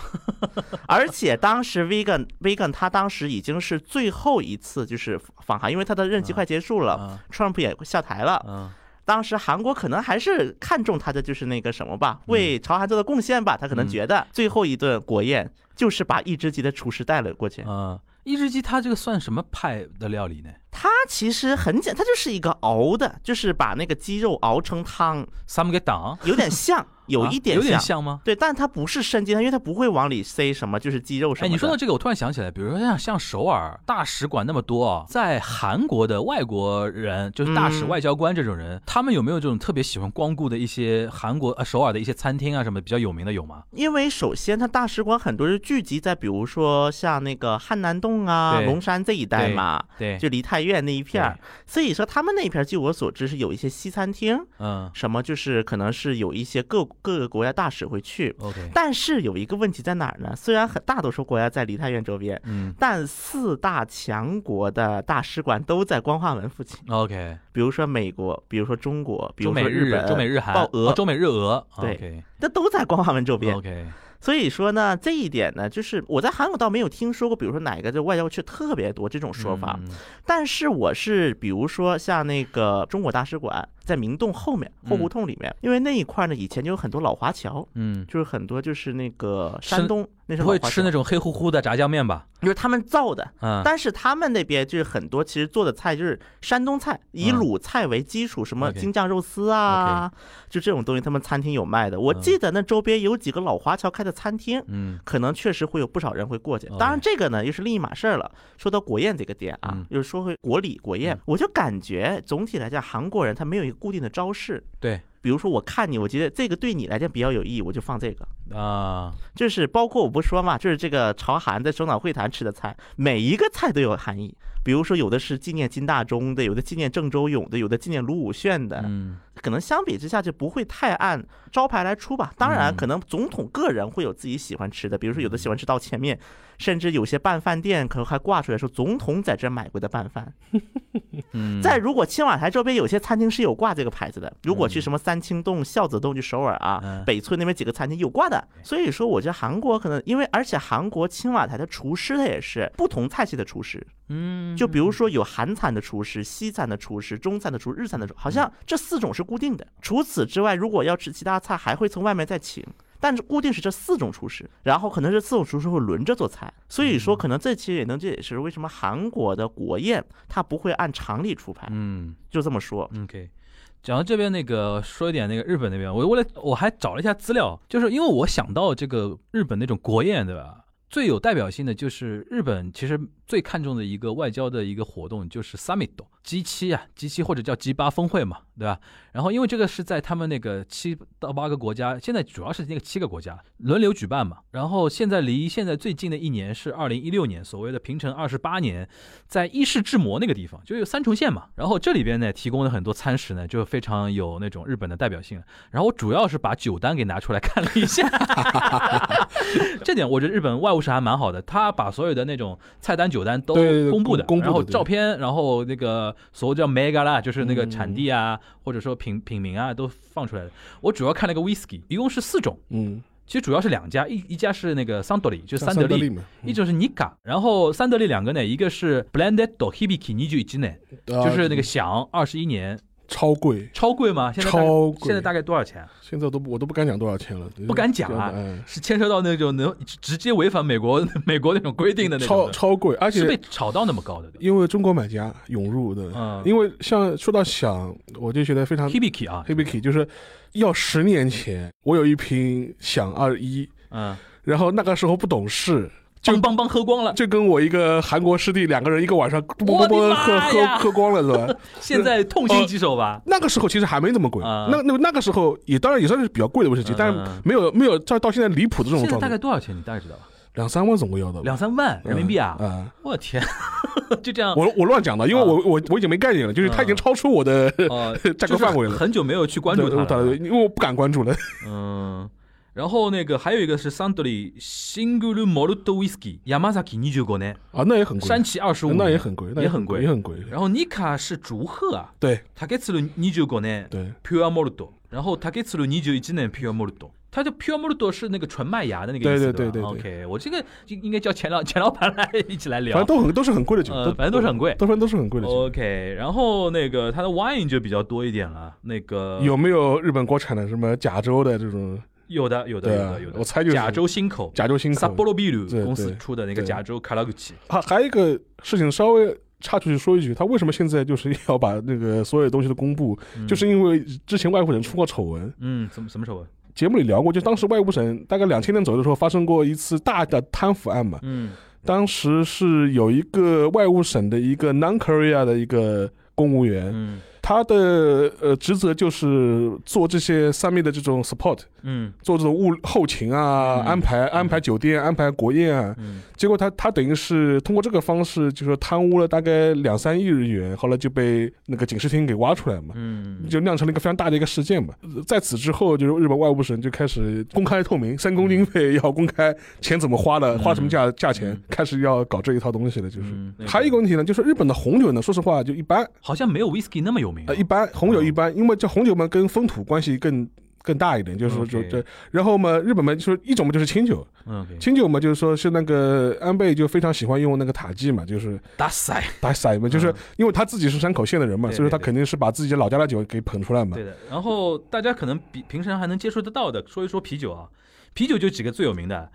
而且当时 Vegan Vegan 他当时已经是最后一次就是访韩，因为他的任期快结束了。
啊
Trump 也下台了，
啊
当时韩国可能还是看重他的就是那个什么吧，为
嗯
朝韩做的贡献吧，他可能觉得最后一顿国宴就是把一只鸡的厨师带了过去。
啊！一只鸡它这个算什么派的料理呢？
它其实很简，它就是一个熬的，就是把那个鸡肉熬成汤，
三给党
有点 像，有一点
啊有点
像，
像吗？
对，但它不是参鸡汤，因为它不会往里塞什么，就是鸡肉什么
哎，
的。
你说到这个，我突然想起来，比如说像像首尔大使馆那么多啊，在韩国的外国人，就是大使、
嗯
外交官这种人，他们有没有这种特别喜欢光顾的一些韩国呃首尔的一些餐厅啊什么比较有名的有吗？
因为首先它大使馆很多是聚集在，比如说像那个汉南洞啊、
对
龙山这一带
对
嘛，
对，
就梨泰院那一片儿。所以说他们那一片儿，据我所知是有一些西餐厅，
嗯
什么就是可能是有一些各各个国家大使会去。
，OK，
但是有一个问题在哪儿呢？虽然很大多数国家在梨泰院周边，
嗯
但四大强国的大使馆都在光化门附近，
，OK，
比如说美国，比如说中国，比
中
如
美
说
日
本、
中美日韩、
报俄
哦中美哦日俄
对
，OK
那都在光化门周边。
OK，
所以说呢，这一点呢，就是我在韩国倒没有听说过，比如说哪个这外交去特别多这种说法，
嗯
但是我是比如说像那个中国大使馆在明洞后面后胡
嗯
同里面，因为那一块呢以前就有很多老华侨。
嗯，
就是很多就是那个
吃
山东那是
不
老华
会
侨，
吃那种黑乎乎的炸酱面吧？
就是他们造的，
嗯，
但是他们那边就是很多其实做的菜就是山东菜，以
嗯
鲁菜为基础，什么
OK
京酱肉丝啊，就这种东西，他们餐厅有卖的。我
嗯
记得那周边有几个老华侨开的餐厅。
嗯
可能确实会有不少人会过去，
OK
当然这个呢又是另一码事儿了。说到国宴这个点啊
嗯，
又说回国礼国宴
嗯，
我就感觉总体来讲，韩国人他没有一个固定的招式。
对
比如说我看你，我觉得这个对你来讲比较有意义，我就放这个。
啊，
就是包括我不说嘛，就是这个朝韩在首脑会谈吃的菜，每一个菜都有含义。比如说，有的是纪念金大中的，有的纪念郑周永的，有的纪念卢武铉的。
嗯
可能相比之下就不会太按招牌来出吧。当然，
嗯
可能总统个人会有自己喜欢吃的，比如说有的喜欢吃道前面，甚至有些拌饭店可能还挂出来说总统在这儿买过的拌饭。
嗯，
再如果青瓦台周边有些餐厅是有挂这个牌子的，如果去什么三清洞、孝子洞、去首尔啊
嗯、
北村那边几个餐厅有挂的，所以说我觉得韩国可能因为，而且韩国青瓦台的厨师他也是不同菜系的厨师，
嗯，
就比如说有韩餐的厨师、西餐的厨师、中餐的厨师、日餐的厨师，好像
嗯
这四种是固定的。除此之外，如果要吃其他菜，还会从外面再请。但是固定是这四种厨师，然后可能这四种厨师会轮着做菜，所以
嗯
说可能这其实也能这也是为什么韩国的国宴它不会按常理出牌，
嗯。
就这么说。
OK，讲到这边那个说一点那个日本那边，我为了我还找了一下资料，就是因为我想到这个日本那种国宴，对吧？最有代表性的就是日本，其实最看重的一个外交的一个活动就是 summit G 七啊，G 七或者叫 G 八峰会嘛，对吧？然后因为这个是在他们那个七到八个国家，现在主要是那个七个国家轮流举办嘛。然后现在离现在最近的一年是二零一六年，所谓的平成二十八年，在伊势志摩那个地方，就有三重县嘛。然后这里边呢，提供了很多餐食呢，就非常有那种日本的代表性。然后我主要是把酒单给拿出来看了一下， 这点我觉得日本外务省还蛮好的，他把所有的那种菜单、酒单都
对对对
公布的，
公公布的
然后
对嗯
照片，然后那个所谓叫 mega 啦，就是那个产地啊，或者说品品名啊，都放出来了。我主要看了个 whisky，一共是四种。
嗯，
其实主要是两家，一一家是那个桑德利，就是
像
三得
德
利，
利嘛，
一种是尼卡，然后三
啊
得利两个呢，一个是 Blended d o h i b i k i 二十一年，
就
就是那个享二十一年，
超贵，
超贵吗？现在大概
超贵
现在大概多少钱？
现在都不我都不敢讲多少钱了，
不敢讲啊
嗯
是牵涉到那种能直接违反美国 美国那种规定的那种
超
的，
超贵，而
是被
且
炒到那么高的。
因为中国买家涌入的，
嗯
因为像说到响，我就觉得非常
Hibiki 啊，
黑 b k 就是要十年前我有一瓶响二一，
嗯，
然后那个时候不懂事，就
邦邦邦喝 光了。
就跟我一个韩国师弟两个人一个晚上啵啵
我的
啵
妈
喝喝
呀
喝光了 是吧？
现在痛心疾首吧？
那个时候其实还没那么贵，
啊
那那那个时候也当然也算是比较贵的威士忌，
嗯
但是没有没有到到现在离谱的这种
现在
状
大
态
概，多少钱？你大概知道吧？
两三万总归要的吧，
两三万人民币啊！
嗯
我天， 就这样
嗯，我我乱讲的，因为
啊
我我我已经没概念了，就是它已经超出我的
呃，
价格范围
就是
了，
很久没有去关注
对
它
对
了
对。因为我不敢关注了。
嗯，然后那个还有一个是 Suntory Single Malt Whisky Yamazaki 二十五年，
啊，那也很贵，
山崎二十五，
那也。很贵，那
也很贵
也很贵。
然后 Nika 是竹鹤啊
对
，Taketsuru 二十五年
对，
Pure Malt，然后 Taketsuru 二十一年 Pure Malt。它叫 pure malt 是那个纯麦芽的那个意思，
对对
吧
对对
OK，我这个就应该叫钱老钱老板来一起来
反正
聊。
都很都是很贵的酒，
呃反正都是很贵
都反正都是很贵的酒。
OK，然后那个它的 wine 就比较多一点了，那个
有没有日本国产的什么甲州的这种
有的有的
对
有
啊
的有的，
我猜就是
甲州新口。
甲州新
s a
口
p p o r o b i r u
对
公司
对
出的那个
对
甲州 Karaguchi，
还啊还有一个事情稍微插出去说一句，他为什么现在就是要把那个所有东西都公布，
嗯
就是因为之前外务省出过丑闻，
嗯，什么什么时候？
节目里聊过，就当时外务省大概两千年左右的时候发生过一次大的贪腐案嘛，
嗯
当时是有一个外务省的一个 non Korea 的一个。公务员，
嗯
他的呃职责就是做这些三面的这种 support，
嗯
做这种物后勤啊，
嗯
安排安排酒店、安排国宴啊，
嗯
结果他他等于是通过这个方式，就说贪污了大概两三亿日元，后来就被那个警视厅给挖出来嘛。
嗯，
就酿成了一个非常大的一个事件嘛，在此之后，就是日本外务省就开始公开透明，三公经费要公开，钱怎么花的，
嗯
花什么价价钱
嗯，
开始要搞这一套东西了。就是
嗯那
还有一个
个
问题呢，就是日本的红酒呢，说实话就一般，
好像没有 Whisky 那么有名啊
呃，一般红酒一
嗯
般，因为这红酒嘛跟风土关系更更大一点，就是说就
OK
这，然后嘛，日本嘛就是一种嘛就是清酒，
嗯，OK，
清酒嘛，就是说是那个安倍就非常喜欢用那个塔基嘛，就是
大塞，
打骰嘛，就是因为他自己是山口县的人嘛，
对
所以说
对
他
对
肯定是把自己的老家的酒给捧出来嘛
对。的。然后大家可能比平常还能接触得到的，说一说啤酒啊，啤酒就几个最有名的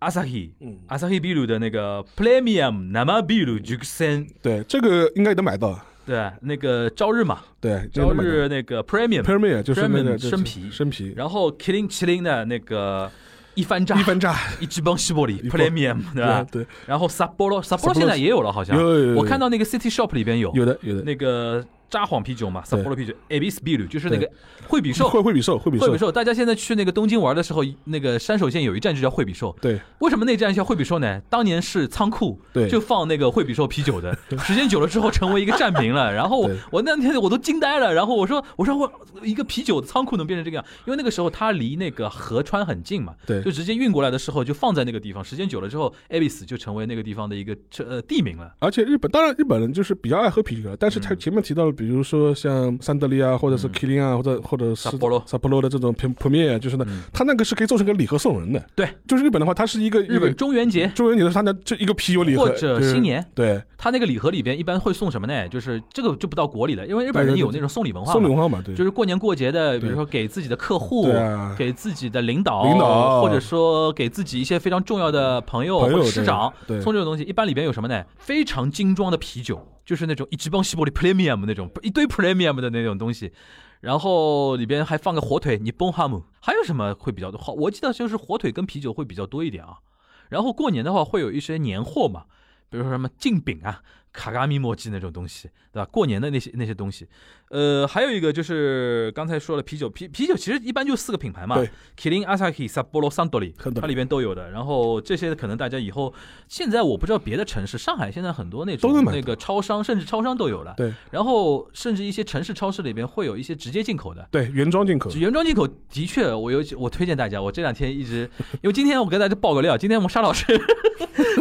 ，Asahi。
嗯，
Asahi Biru 的那个 Premium Nama Biru j u s e n
对，这个应该能买到。
对吧，那个朝日嘛，
对，
朝日那个 Premium，
Permier 就是那
Permier
啊个就是
生啤
生啤，
然后 Killing Killing 的那个 一番炸
一，分炸，
一支棒西伯里
一波
Premium，对吧？
对，
然后 Sapporo Sapporo
Sapporo
现在也有了，好像
有有有有
我看到那个 City Shop 里边有
有的有的，
那个札幌啤酒嘛
对
，Sapporo 啤酒 Abis Biru 就是那
对
个惠比寿。
会会比寿会比
惠比
寿，
寿，大家现在去那个东京玩的时候，那个山手线有一站就叫惠比寿。
对
为什么那站叫惠比寿呢？当年是仓库，
对
就放那个惠比寿啤 酒的，时间久了之后成为一个站名了。然后我
对
我那天我都惊呆了，然后我说我说我一个啤酒的仓库能变成这个样，因为那个时候它离那个河川很近嘛，
对
就直接运过来的时候就放在那个地方，时间久了之后，Abis 就成为那个地方的一个呃地名了。
而且日本当然日本人就是比较爱喝啤酒，但是他
嗯
前面提到了，比如说像三得利啊，或者是
嗯
Killing 啊，或者或者是
Sapporo
萨波罗的这种 Pem- Premier，就是呢，
嗯
他那个是可以做成个礼盒送人的。
对，
就是日本的话，它是一个
日本中元节
中元节的时候，它的这一个啤酒礼盒
或者
就是
新年，
对
它那个礼盒里边一般会送什么呢？就是这个就不到国里了，因为日本人
对对对
有那种送礼文化嘛，
送礼文化嘛，对，
就是过年过节的，比如
对
说给自己的客户
对。啊，
给自己的领导，
领导
或者说给自己一些非常重要的朋友
朋
或
友
者师长，
对对
送这种东西，一般里边有什么呢？非常精装的啤酒，就是那种一级棒西伯利 premium 那种一堆 premium 的那种东西，然后里边还放个火腿，你崩哈姆，还有什么会比较多？好，我记得就是火腿跟啤酒会比较多一点啊。然后过年的话会有一些年货嘛，比如说什么劲饼啊、卡嘎米莫鸡那种东西，对吧？过年的那些那些东西，呃，还有一个就是刚才说了啤酒，啤啤酒其实一般就四个品牌嘛
对
，Kirin、Asahi、Sapporo、Suntory，
Suntory
它里边都有的。然后这些可能大家以后现在我不知道别的城市，上海现在很多那
都
种
能买
那
到
个超商，甚至超商都有了。
对
然后甚至一些城市超市里边会有一些直接进口的，
对原装进口，
原装进口的确，我有我推荐大家，我这两天一直，因为今天我给大家爆个料，今天我们沙 老师，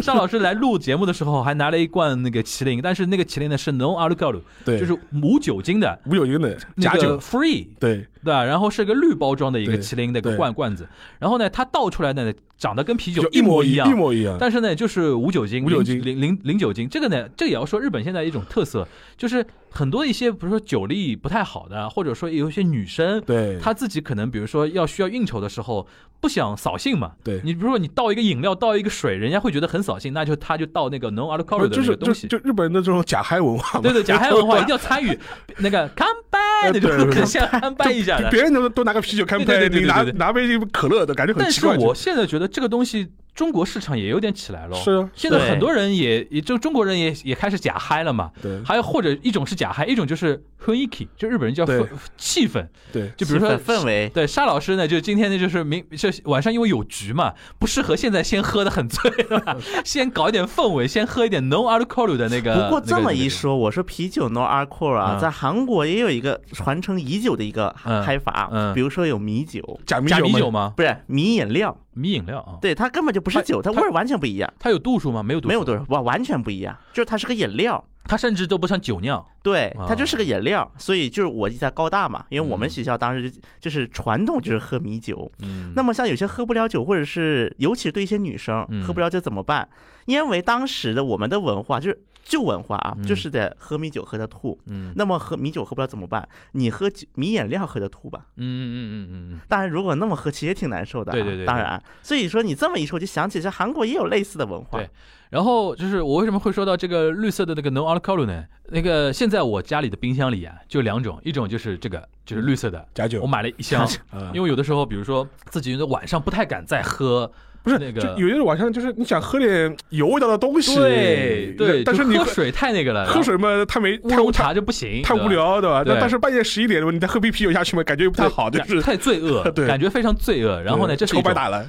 沙老师来录节目的时候还拿了一罐那个麒麟，但是那个麒麟呢是 non alcohol，
对，
就是无酒精的
无酒精的
那
假
个
酒，
free。
对
对吧？然后是个绿包装的一个
对
麒麟的一个
对
罐罐子，然后呢，它倒出来呢，长得跟啤酒
就
一模
一
样
一，模一样。
但是呢，就是无酒精、
无酒精
零零零零酒精，这个呢，这个也要说日本现在一种特色，就是很多一些，比如说酒力不太好的，或者说有一些女生，
对，
她自己可能比如说要需要应酬的时候，不想扫兴嘛。
对
你比如说你倒一个饮料，倒一个水，人家会觉得很扫兴，那就她就倒那个 non alcohol 的
就
那个
是
东
就
西。
就日本人的这种假嗨文化嘛，
对对，假嗨文化一定要参与，那 个干杯，那
对
种
对对
很像干杯一下的。
别人都都拿个啤酒干
对对
杯，
对对
你
对
拿
对对
拿杯可乐的感觉很
但
奇
是
怪。
我现在觉得这个东西中国市场也有点起来了。
是啊，
现在
对
很多人也也就中国人也也开始假嗨了嘛，
对
还有或者一种是假嗨，一种就是婚 i k 就日本人叫
对
氛气氛，
对
就比如说
气氛氛围，
对沙老师呢，就今天呢就是明就是晚上因为有局嘛，不适合现在先喝的很醉 了，先搞一点氛围，先喝一点 no alcohol 的那个。
不过这
呃那
么
个
一，说，我说啤酒 no alcohol 啊，
嗯
在韩国也有一个传承已久的一个
嗯
嗨法，
嗯
比如说有米酒，
假
那
米
个假米酒
酒嘛，
吗？
不是米饮料，
米饮料啊，
对，它根本就不是
它
酒，它味
它
儿完全不一样，
它有度数吗？没有度数，
没有多少，完完全不一样，就是它是个饮料。
它甚至都不像酒酿。
对，
哦
它就是个饮料，所以就是我在高大嘛，因为我们
嗯
学校当时就是传统就是喝米酒，
嗯，
那么像有些喝不了酒，或者是尤其是对一些女生
嗯
喝不了酒怎么办？因为当时的我们的文化就是旧文化啊
嗯，
就是得喝米酒喝的吐。
嗯
那么喝米酒喝不了怎么办？你喝酒米饮料喝的吐吧。
嗯嗯嗯嗯嗯，
当然，如果那么喝，其实也挺难受的啊、
对对对对
当然，所以说你这么一说，我就想起这韩国也有类似的文化。
对然后就是我为什么会说到这个绿色的那个 no alcohol 呢？那个现在我家里的冰箱里啊，就两种，一种就是这个就是绿色的，
假酒
我买了一 箱，
嗯
啊
因为有的时候比如说自己晚上不太敢再喝，
不是
那，
就
个
有些晚上就是你想喝点有味道的东西，
对对，
但
就是
你
喝水太那个了，
喝水嘛，太没
乌
太太
龙茶就不行，
太
对吧
无。聊，对吧？
对
那但是半夜十一点的时候，你再喝杯啤酒下去嘛，感觉又不太好，就
感
是
太罪恶
，对
感觉非常罪恶。然后呢，这是
抽
一
白
种嗯
打了，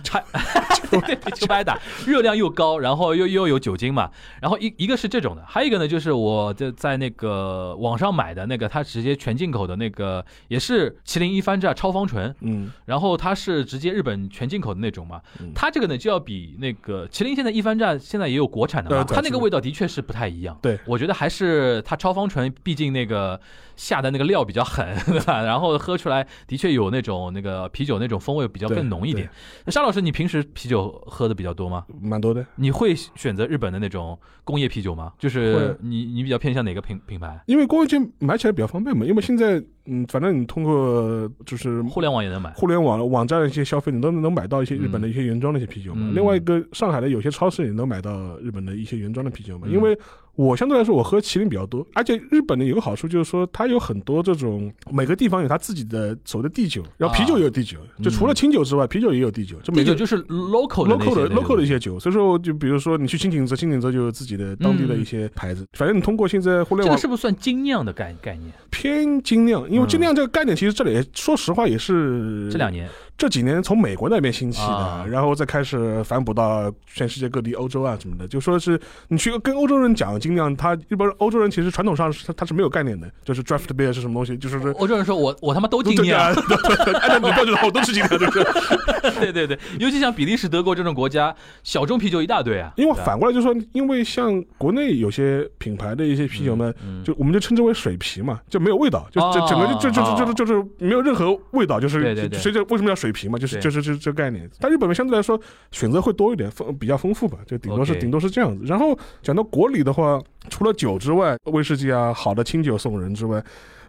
对， 就白打，热量又高，然后又又有酒精嘛。然后一一个是这种的，还有一个呢，就是我在在那个网上买的那个，它直接全进口的那个，也是麒麟一番这超芳醇，
嗯，
然后它是直接日本全进口的那种嘛
嗯。
它这个呢就要比那个麒麟现在一番站现在也有国产的嘛
呃，
它那个味道的确是不太一样。
对，
我觉得还是它超芳醇，毕竟那个下的那个料比较狠， 对吧？然后喝出来的确有那种那个啤酒那种风味比较
对
更浓一点。沙老师，你平时啤酒喝的比较多吗？
蛮多的。
你会选择日本的那种工业啤酒吗？就是你你比较偏向哪个品品牌？
因为光机买起来比较方便嘛，因为现在嗯，反正你通过就是
互联网也能买。
互联网网站的一些消费，你都能买到一些日本的一些原装的一些啤酒嘛。
嗯
另外一个，上海的有些超市也能买到日本的一些原装的啤酒嘛。
嗯
因为我相对来说我喝麒麟比较多，而且日本的有个好处就是说它有很多这种每个地方有它自己的所谓的地酒，然后啤酒也有地酒，就除了清酒之外，啤酒也有地酒，就每
啤啊嗯酒
个。
就是 local 的那
local
些
的 local 的一
些，
些酒，所以说就比如说你去清景泽，清景泽就有自己的当地的一些牌子。反正你通过现在互
嗯这
联
个
网
是不是算精酿的概概念？
偏精酿，因为
嗯
精酿这个概念其实这里也说实话也是
这两年，
这几年从美国那边兴起的，
啊
然后再开始反哺到全世界各地，欧洲啊什么的，就说是你去跟欧洲人讲精酿，他一般欧洲人其实传统上是他他是没有概念的，就是
嗯
draft beer 是什么东西，就是说
欧洲人说我我他妈都精
对
酿，
啊， 对对对按照你的标准的话，我都是精酿，对不对？啊
对对对，尤其像比利时、德国这种国家，小众啤酒一大堆啊。
因为
对吧
反过来就说，因为像国内有些品牌的一些啤酒呢，
嗯
就我们就称之为水啤嘛，就没有味道，就这
哦
整个就就就就
哦
就就是没有任何味道，就是
对对对
所以这为什么叫水啤嘛，就是
对
就是这这概念。但日本人相对来说选择会多一点，丰比较丰富吧，就顶多是
OK
顶多是这样子。然后讲到国礼的话，除了酒之外，威士忌啊，好的清酒送人之外。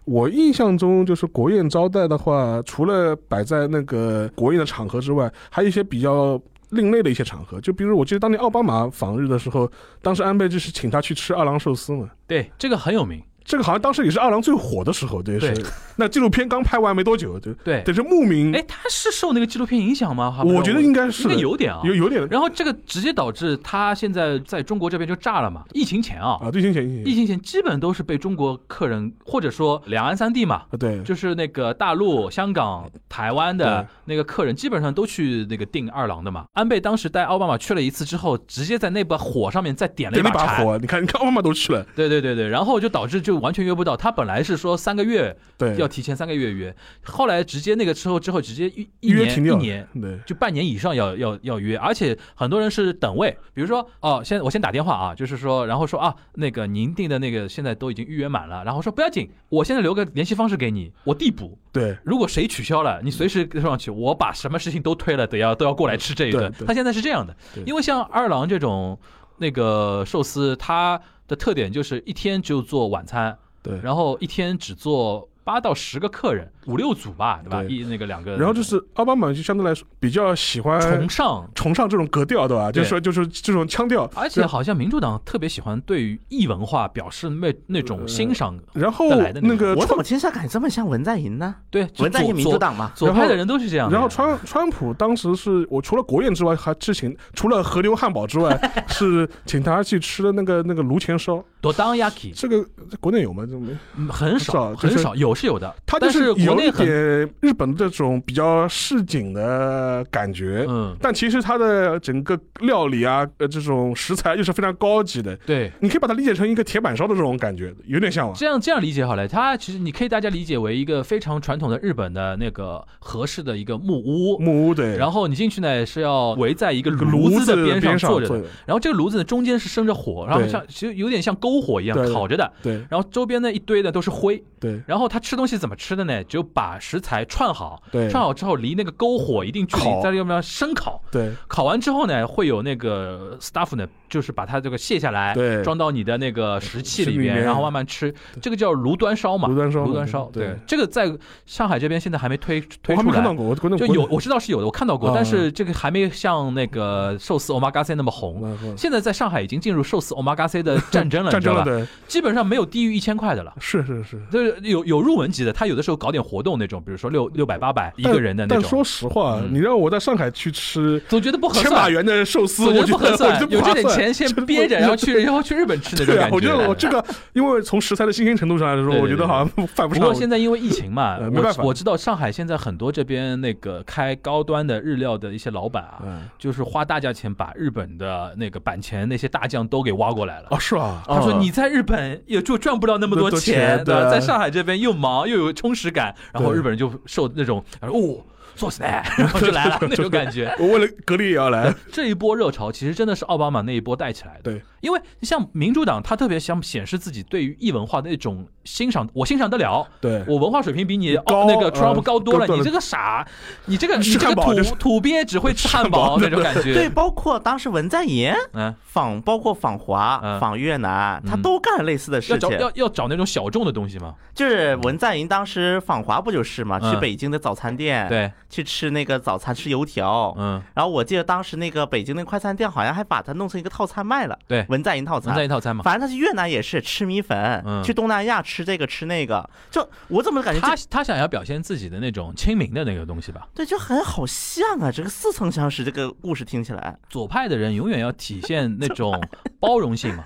我印象中，就是国宴招待的话，除了摆在那个国宴的场合之外，还有一些比较另类的一些场合，就比如我记得当年奥巴马访日的时候，当时安倍就是请他去吃二郎寿司嘛，
对这个很有名，
这个好像当时也是二郎最火的时候，对
对
是。那纪录片刚拍完没多久，对
对。
对是慕名
哎，，他是受那个纪录片影响吗？哈
嗯我觉得应该是
应该
的
有点啊。
有有点
然后这个直接导致他现在在中国这边就炸了嘛。疫情前啊，
啊，对，行行
疫
行，
情前基本都是被中国客人或者说两岸三地嘛，
啊对，
就是那个大陆、香港、台湾的
对
那个客人，基本上都去那个订二郎的嘛。安倍当时带奥巴马去了一次之后，直接在那把火上面再点了一
点了一
柴
把，火，你看你看奥巴马都去了，
对对对对，然后就导致就完全约不到，他本来是说三个月
对，
要提前三个月约，后来直接那个之后之后直接一一
约
年
停掉
一
了
年。
对
就半年以上要要要约，而且很多人是等位，比如说哦，现在我先打电话啊，就是说，然后说啊，那个您订的那个现在都已经预约满了，然后说不要紧，我现在留个联系方式给你，我递补，
对
如果谁取消了，你随时跟上去，我把什么事情都推了，得要都要过来吃这一顿
对。对
他现在是这样的
对，
因为像二郎这种那个寿司，它的特点就是一天就做晚餐，
对，
然后一天只做八到十个客人，五六组吧，对吧？
对
一那个两个，
然后就是呃奥巴马就相对来说比较喜欢
崇尚。
崇尚这种格调，对吧？
对啊
就是说就是这种腔调，
而且好像民主党特别喜欢对于异文化表示那那种欣赏，
然后
再来的那
那个
我怎
川
么听起来感觉这么像文在寅呢？
对，呃就
文在寅民主
左
党嘛，
左左
然后
派的人都是这样的呀。
然后川川普当时是我除了国宴之外，还是请除了和牛汉堡之外， 是请他去吃的那个那个炉前烧。
多当 yaki
这个这国内有吗？这没，
很
少
少
就是
很少，有是有的，
他就
但是国
有
内
一
很
点日本这种比较市井的感觉。
嗯，
但其实它的整个料理啊，呃，这种食材又是非常高级的，
对，
你可以把它理解成一个铁板烧的这种感觉，有点像吧？
这样这样理解好了，它其实你可以大家理解为一个非常传统的日本的那个合适的一个木屋。
木屋对，
然
后
后你进去呢是要围在一个
炉
炉子的
边
边上坐
坐
着的，然后这个炉子呢中间是生着火，然后像其实有点像篝火一样
对
烤着的，
对
然后周边呢一堆的都是灰。
对
然后他吃东西怎么吃的呢？就把食材串好，
对
串好之后离那个篝火一定距
烤
离，在这边生烤。
对
烤完之后呢，会有那个 staff 呢，就是把它这个卸下来，
对
装到你的那个食器
食
里
里面
面，然后慢慢吃。这个叫炉端烧嘛，
炉端烧
炉端烧。
对
对，这个在上海这边现在还没推推
我还
出
没看到
来。
过，我国内
就有，我知道是有的，我看到过
啊，
但是这个还没像那个寿司 omakase 那么
啊
红。现在在上海已经进入寿司 omakase 的战 争了，
战
你知
争
道
了，
吧？
对，
基本上没有低于一千块的了。
是是是。
就是有有入门级的，他有的时候搞点活动那种，比如说六六百八百一个人的那
但但说
种，
实话，
嗯
你让我在上海去吃
总觉得不合
千
算。
把元的寿司，
我觉
我
得
觉
不合
得我
算
觉，得
有
不合
这点
算
钱先憋着，然后去然后去日本吃那种
对啊
感，
我觉得我
觉。
这 个，因为从食材的新鲜程度上来说，
对对
我觉得好像 犯不
不
上。
过现在因为疫情嘛，
呃没办法
我我知道上海现在很多这边那个开高端的日料的一些老板啊，
嗯，
就是花大价钱把日本的那个板前那些大将都给挖过来了。
哦，是啊，
他说
哦
你在日本也就赚不了那么
那么多
钱，
钱
对吧？
对啊
在上海这边又忙又有充实感，然后
对
日本人就受那种哦。做起 来，然后就来了那种感觉。
我为了格力也要来。
这一波热潮其实真的是奥巴马那一波带起来的。
对，
因为像民主党，他特别想显示自己对于异文化的那种欣赏，我欣赏得了。
对，
我文化水平比你
高
哦那个
呃
Trump 高多
高
了，
多了
你这个傻，你这个你
吃
这个
汉堡就是
土土鳖只会吃汉堡那种感觉。
对，，包括当时文在寅
嗯，
访，包括访华、
嗯
访越南，他
嗯
都干了类似的
要
事
找
情。
要要找那种小众的东西嘛。
就是文在寅当时访华不就是嘛，去
嗯
北京的早餐店，，
对，
去吃那个早餐吃油条。
嗯，
然后我记得当时那个北京那快餐店好像还把它弄成一个套餐卖了，
对
文在寅套
能在
餐。
一套餐嘛。
反正他去越南也是吃米粉，
嗯
去东南亚吃这个吃那个，就我怎么感觉
他
这
他想要表现自己的那种亲民的那个东西吧。
对就很好像啊，这个似曾相识，这个故事听起来，
左派的人永远要体现那种包容性嘛。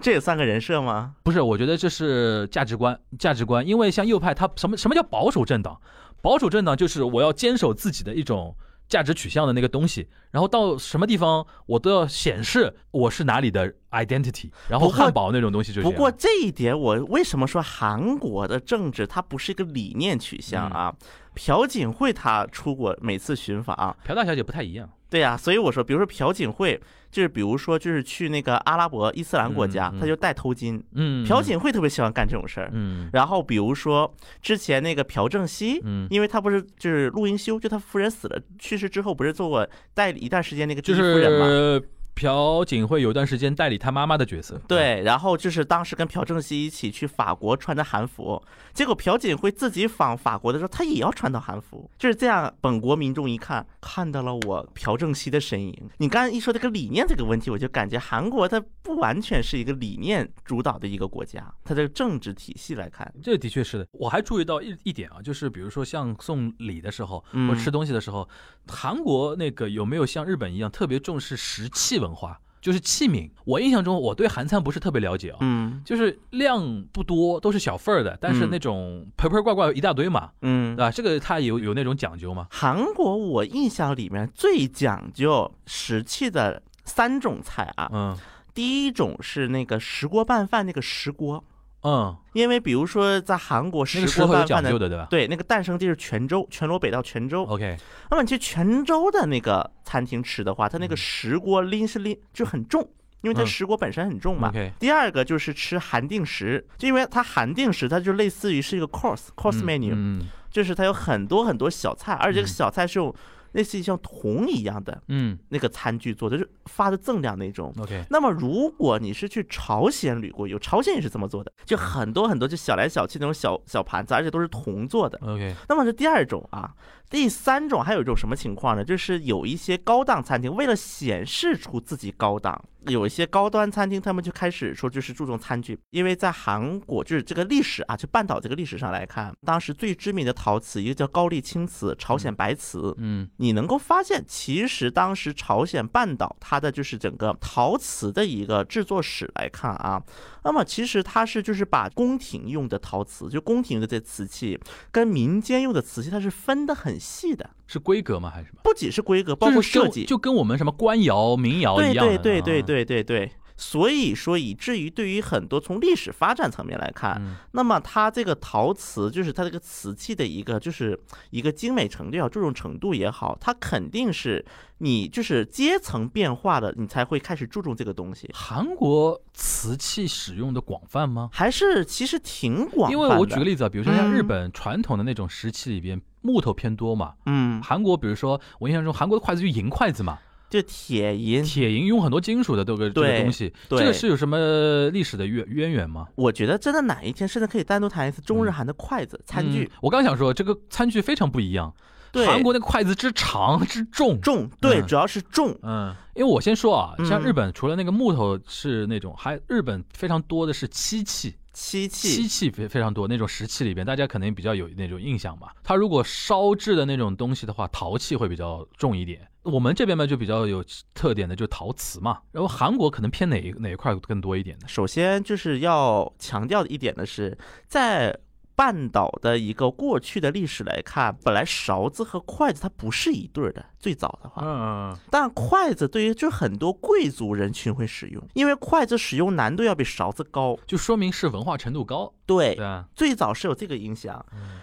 这也算个人设吗？
不是，我觉得这是价值观，价值观。因为像右派，他什么什么叫保守政党？保守政党就是我要坚守自己的一种价值取向的那个东西，然后到什么地方我都要显示我是哪里的 identity。然后
不过
汉堡那种东西就是啊这
不
样
过这一点，我为什么说韩国的政治它不是一个理念取向啊？
嗯
朴槿惠她出国每次巡访，
朴大小姐不太一样，
对呀、所以我说，比如说朴槿惠，就是比如说就是去那个阿拉伯伊斯兰国家，
嗯嗯
她就戴头巾。
嗯，
朴槿惠特别喜欢干这种事儿。
嗯，
然后比如说之前那个朴正熙，
嗯嗯，
因为他不是就是陆英修，就他夫人死了去世之后，不是做过代理一段时间那个第
就
一夫人嘛？
是朴槿惠有段时间代理她妈妈的角色，
对，然后就是当时跟朴正熙一起去法国穿着韩服，结果朴槿惠自己访法国的时候，她也要穿到韩服，就是这样。本国民众一看，看到了我朴正熙的身影。你刚才一说这个理念这个问题，我就感觉韩国它不完全是一个理念主导的一个国家，它的政治体系来看，
这的确是的，我还注意到一一点啊，就是比如说像送礼的时候，
嗯
或吃东西的时候，韩国那个有没有像日本一样特别重视食器文化，就是器皿？我印象中，我对韩餐不是特别了解啊。
嗯
就是量不多，都是小份儿的，但是那种盆盆罐罐一大堆嘛，
嗯
对。吧？这个它有有那种讲究嘛？
韩国我印象里面最讲究食器的三种菜啊，
嗯
第一种是那个石锅拌饭那个石锅，
嗯嗯，
因为比如说在韩国
那
石
个石
锅
头有
拌
讲
饭
究
的，
的，对哦吧
对，那个诞生地是泉州，全罗北到泉州。
？OK，
那么你去泉州的那个餐厅吃的话，它那个
嗯
石锅拎是拎就很重，因为它
嗯
石锅本身很重嘛。
OK，
第二个就是吃韩定食，就因为它韩定食，它就类似于是一个 course course
嗯
menu，、
嗯
就是它有很多很多小菜，而且这
嗯
个小菜是用类似于像铜一样的
嗯
那个餐具做的，就是发的锃亮那种。
嗯，OK，
那么，如果你是去朝鲜旅过游，朝鲜也是这么做的，就很多很多就小来小去那种小小盘子，而且都是铜做的。
OK，
那么是第二种啊，第三种还有一种什么情况呢？就是有一些高档餐厅为了显示出自己高档，有一些高端餐厅他们就开始说就是注重餐具，因为在韩国就是这个历史啊，就半岛这个历史上来看，当时最知名的陶瓷一个叫高丽青瓷、朝鲜白瓷，
嗯
你能够发现，其实当时朝鲜半岛它的就是整个陶瓷的一个制作史来看啊，那么其实它是就是把宫廷用的陶瓷，就宫廷的这瓷器跟民间用的瓷器它是分得很细的，
是规格吗？还是什么？
不仅是规格，包括
就是跟
设计，
就跟我们什么官窑、民窑
对
一样
对
的
对对
啊
对对对。所以说，以至于对于很多从历史发展层面来看，
嗯
那么它这个陶瓷，就是它这个瓷器的一个，就是一个精美程度也好，注重程度也好，它肯定是你就是阶层变化了，你才会开始注重这个东西，
韩国瓷器使用的广泛吗？
还是其实挺广泛的。
因为我举个
例，
例子啊，比如说像
嗯
日本传统的那种石器里边，木头偏多嘛。
嗯，
韩国，比如说我印象中韩国的筷子就银筷子嘛，
就铁银，
铁银用很多金属的这个这
嗯
个
对
东西，这
对
个是有什么历史的渊渊源吗？
我觉得真的哪一天甚至可以单独谈一次中日韩的筷子、餐具
嗯，我刚想说这个餐具非常不一样，
对，
韩国那个筷子之长之重。
重，对，
嗯
主要是重，
嗯，因为我先说啊，
嗯
像日本除了那个木头是那种，还日本非常多的是漆器，
漆
漆
器，
器非非常多，那种石器里边，大家可能比较有那种印象吧。它如果烧制的那种东西的话，陶器会比较重一点。我们这边嘛就比较有特点的，就是陶瓷嘛。然后韩国可能偏哪一哪一块更多一点呢？
首先就是要强调的一点呢是，在半岛的一个过去的历史来看，本来勺子和筷子它不是一对儿的，最早的话，
嗯，
但筷子对于就是很多贵族人群会使用，因为筷子使用难度要比勺子高。
就说明是文化程度高，
对
对，啊嗯吧？
最早是有这个影响，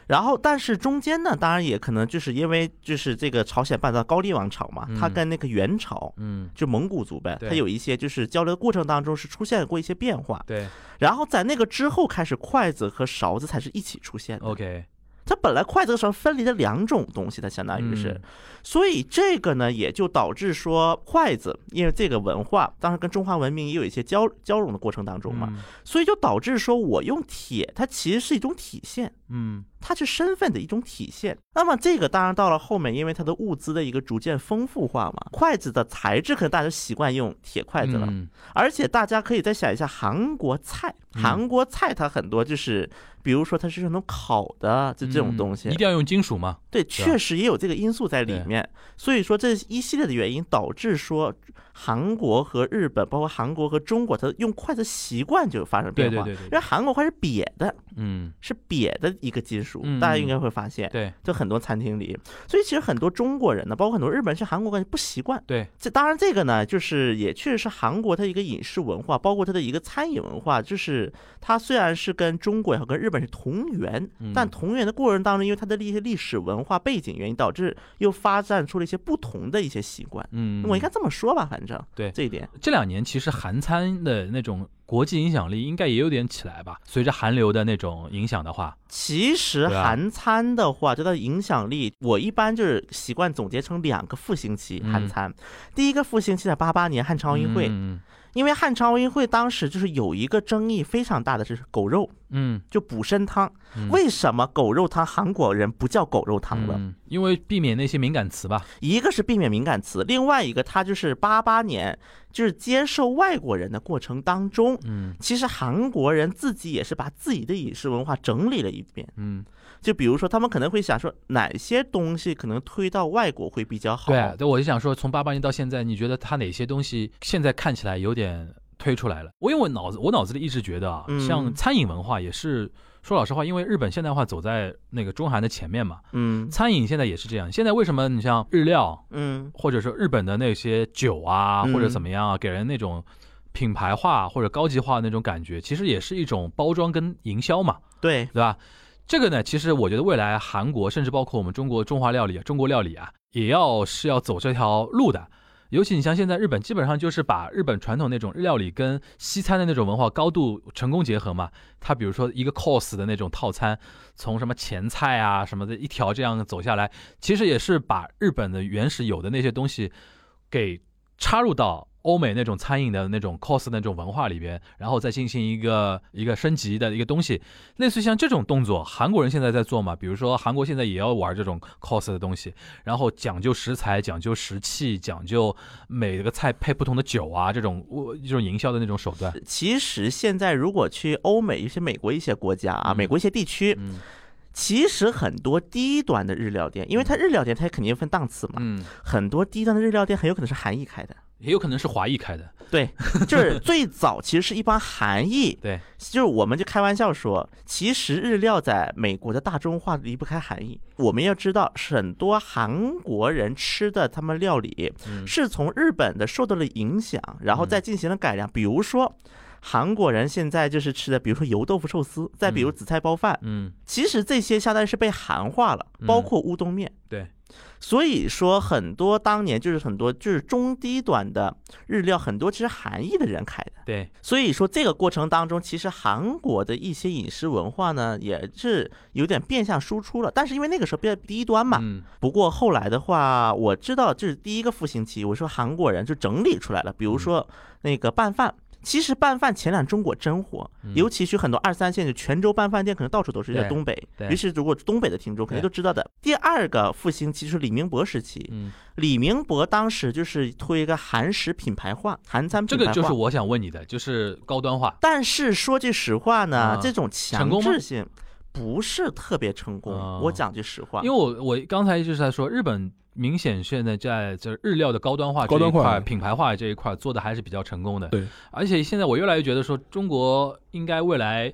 然后但是中间呢，当然也可能就是因为就是这个朝鲜半岛高丽王朝嘛，它
嗯
跟那个元朝。
嗯，
就蒙古族呗，
对
它有一些就是交流的过程当中是出现过一些变化，
对
然后在那个之后开始，筷子和勺子才是一起出现的。
，OK，
它本来筷子和勺分离的两种东西，它相当于是，
嗯
所以这个呢也就导致说筷子，因为这个文化当时跟中华文明也有一些交交融的过程当中嘛，
嗯
所以就导致说我用铁，它其实是一种体现。
嗯
它是身份的一种体现。那么这个当然到了后面，因为它的物资的一个逐渐丰富化嘛，筷子的材质可能大家习惯用铁筷子了，
嗯
而且大家可以再想一下韩国菜，
嗯
韩国菜它很多就是，比如说它是那种烤的，就这种东西
嗯一，定要用金属嘛。
对，
吧
确实也有这个因素在里
对
面。所以说这一系列的原因导致说韩国和日本，包括韩国和中国，它用筷子习惯就发生变
对对
化。
对对
因
对
为，韩国筷是瘪的，
嗯，
是瘪的一个金属，
嗯
大家应该会发现，
对
就很多餐厅里。所以其实很多中国人呢，包括很多日本人去韩国，感觉不习惯。
对，
这当然，这个呢，就是也确实是韩国它一个饮食文化，包括它的一个餐饮文化，就是它虽然是跟中国也好，跟日本是同源，
嗯
但同源的过程当中，因为它的一些历史文化背景原因，导致又发展出了一些不同的一些习惯。
嗯，
我应该这么说吧，反正
对
这一点，
这两年其实韩餐的那种国际影响力应该也有点起来吧？随着韩流的那种影响的话，
其实
对啊
韩餐的话，它的影响力，我一般就是习惯总结成两个复兴期
嗯
韩餐。第一个复兴期在八八年汉城奥运会，
嗯
因为汉城奥运会当时就是有一个争议非常大的，就是狗肉。
嗯，
就补参汤。
嗯
为什么狗肉汤韩国人不叫狗肉汤了？
嗯，因为避免那些敏感词吧。
一个是避免敏感词，另外一个它就是八八年，就是接受外国人的过程当中，
嗯
其实韩国人自己也是把自己的饮食文化整理了一遍。
嗯，
就比如说，他们可能会想说，哪些东西可能推到外国会比较好？
对，对，我就想说，从八八年到现在，你觉得它哪些东西现在看起来有点推出来了？我因为我脑子，我脑子里一直觉得啊，
嗯
像餐饮文化也是。说老实话，因为日本现代化走在那个中韩的前面嘛，
嗯
餐饮现在也是这样。现在为什么你像日料，
嗯
或者说日本的那些酒啊，
嗯
或者怎么样啊，给人那种品牌化或者高级化那种感觉，其实也是一种包装跟营销嘛，
对，
对吧？这个呢，其实我觉得未来韩国甚至包括我们中国中华料理、中国料理啊，也要是要走这条路的。尤其你像现在日本，基本上就是把日本传统那种日料理跟西餐的那种文化高度成功结合嘛。它比如说一个 cos 的那种套餐，从什么前菜啊什么的，一条这样走下来，其实也是把日本的原始有的那些东西给插入到欧美那种餐饮的那种 cos 那种文化里边，然后再进行一个一个升级的一个东西。类似于像这种动作，韩国人现在在做嘛，比如说韩国现在也要玩这种 cos 的东西，然后讲究食材、讲究食器、讲究每个菜配不同的酒啊，这种呃这种营销的那种手段。
其实现在如果去欧美一些美国一些国家啊，
嗯
美国一些地区，
嗯
其实很多低端的日料店，因为它日料店它肯定分档次嘛，
嗯，
很多低端的日料店很有可能是韩裔开的。
也有可能是华裔开的，
对，就是最早其实是一帮韩裔，
对，
就是我们就开玩笑说，其实日料在美国的大众化离不开韩裔。我们要知道，很多韩国人吃的他们料理
嗯
是从日本的受到了影响，然后再进行了改良，比如说。韩国人现在就是吃的，比如说油豆腐寿司，再比如紫菜包饭，
嗯
其实这些相当于是被韩化了，包括乌冬面。
对，
所以说很多当年就是很多就是中低端的日料，很多其实韩裔的人开的。
对，
所以说这个过程当中，其实韩国的一些饮食文化呢，也是有点变相输出了。但是因为那个时候比较低端嘛，
嗯
不过后来的话，我知道就是第一个复兴期，我说韩国人就整理出来了，
嗯
比如说那个拌饭。其实拌饭前两中国真火，尤其是很多二三线，就泉州拌饭店可能到处都是，
嗯对
在东北
对。
于是，如果东北的听众肯定都知道的。第二个复兴期是李明博时期，
嗯，
李明博当时就是推一个韩食品牌化、韩餐
这
品牌
个
化。
就是我想问你的，就是高端化，
但是说句实话呢，
啊
这种强
成功吗
制性不是特别成功。
哦
我讲句实话，
因为我我刚才就是在说，日本明显现在在这日料的高端化这
高端
一
化
块、品牌化这一块做的还是比较成功的。
对，
而且现在我越来越觉得说，中国应该未来，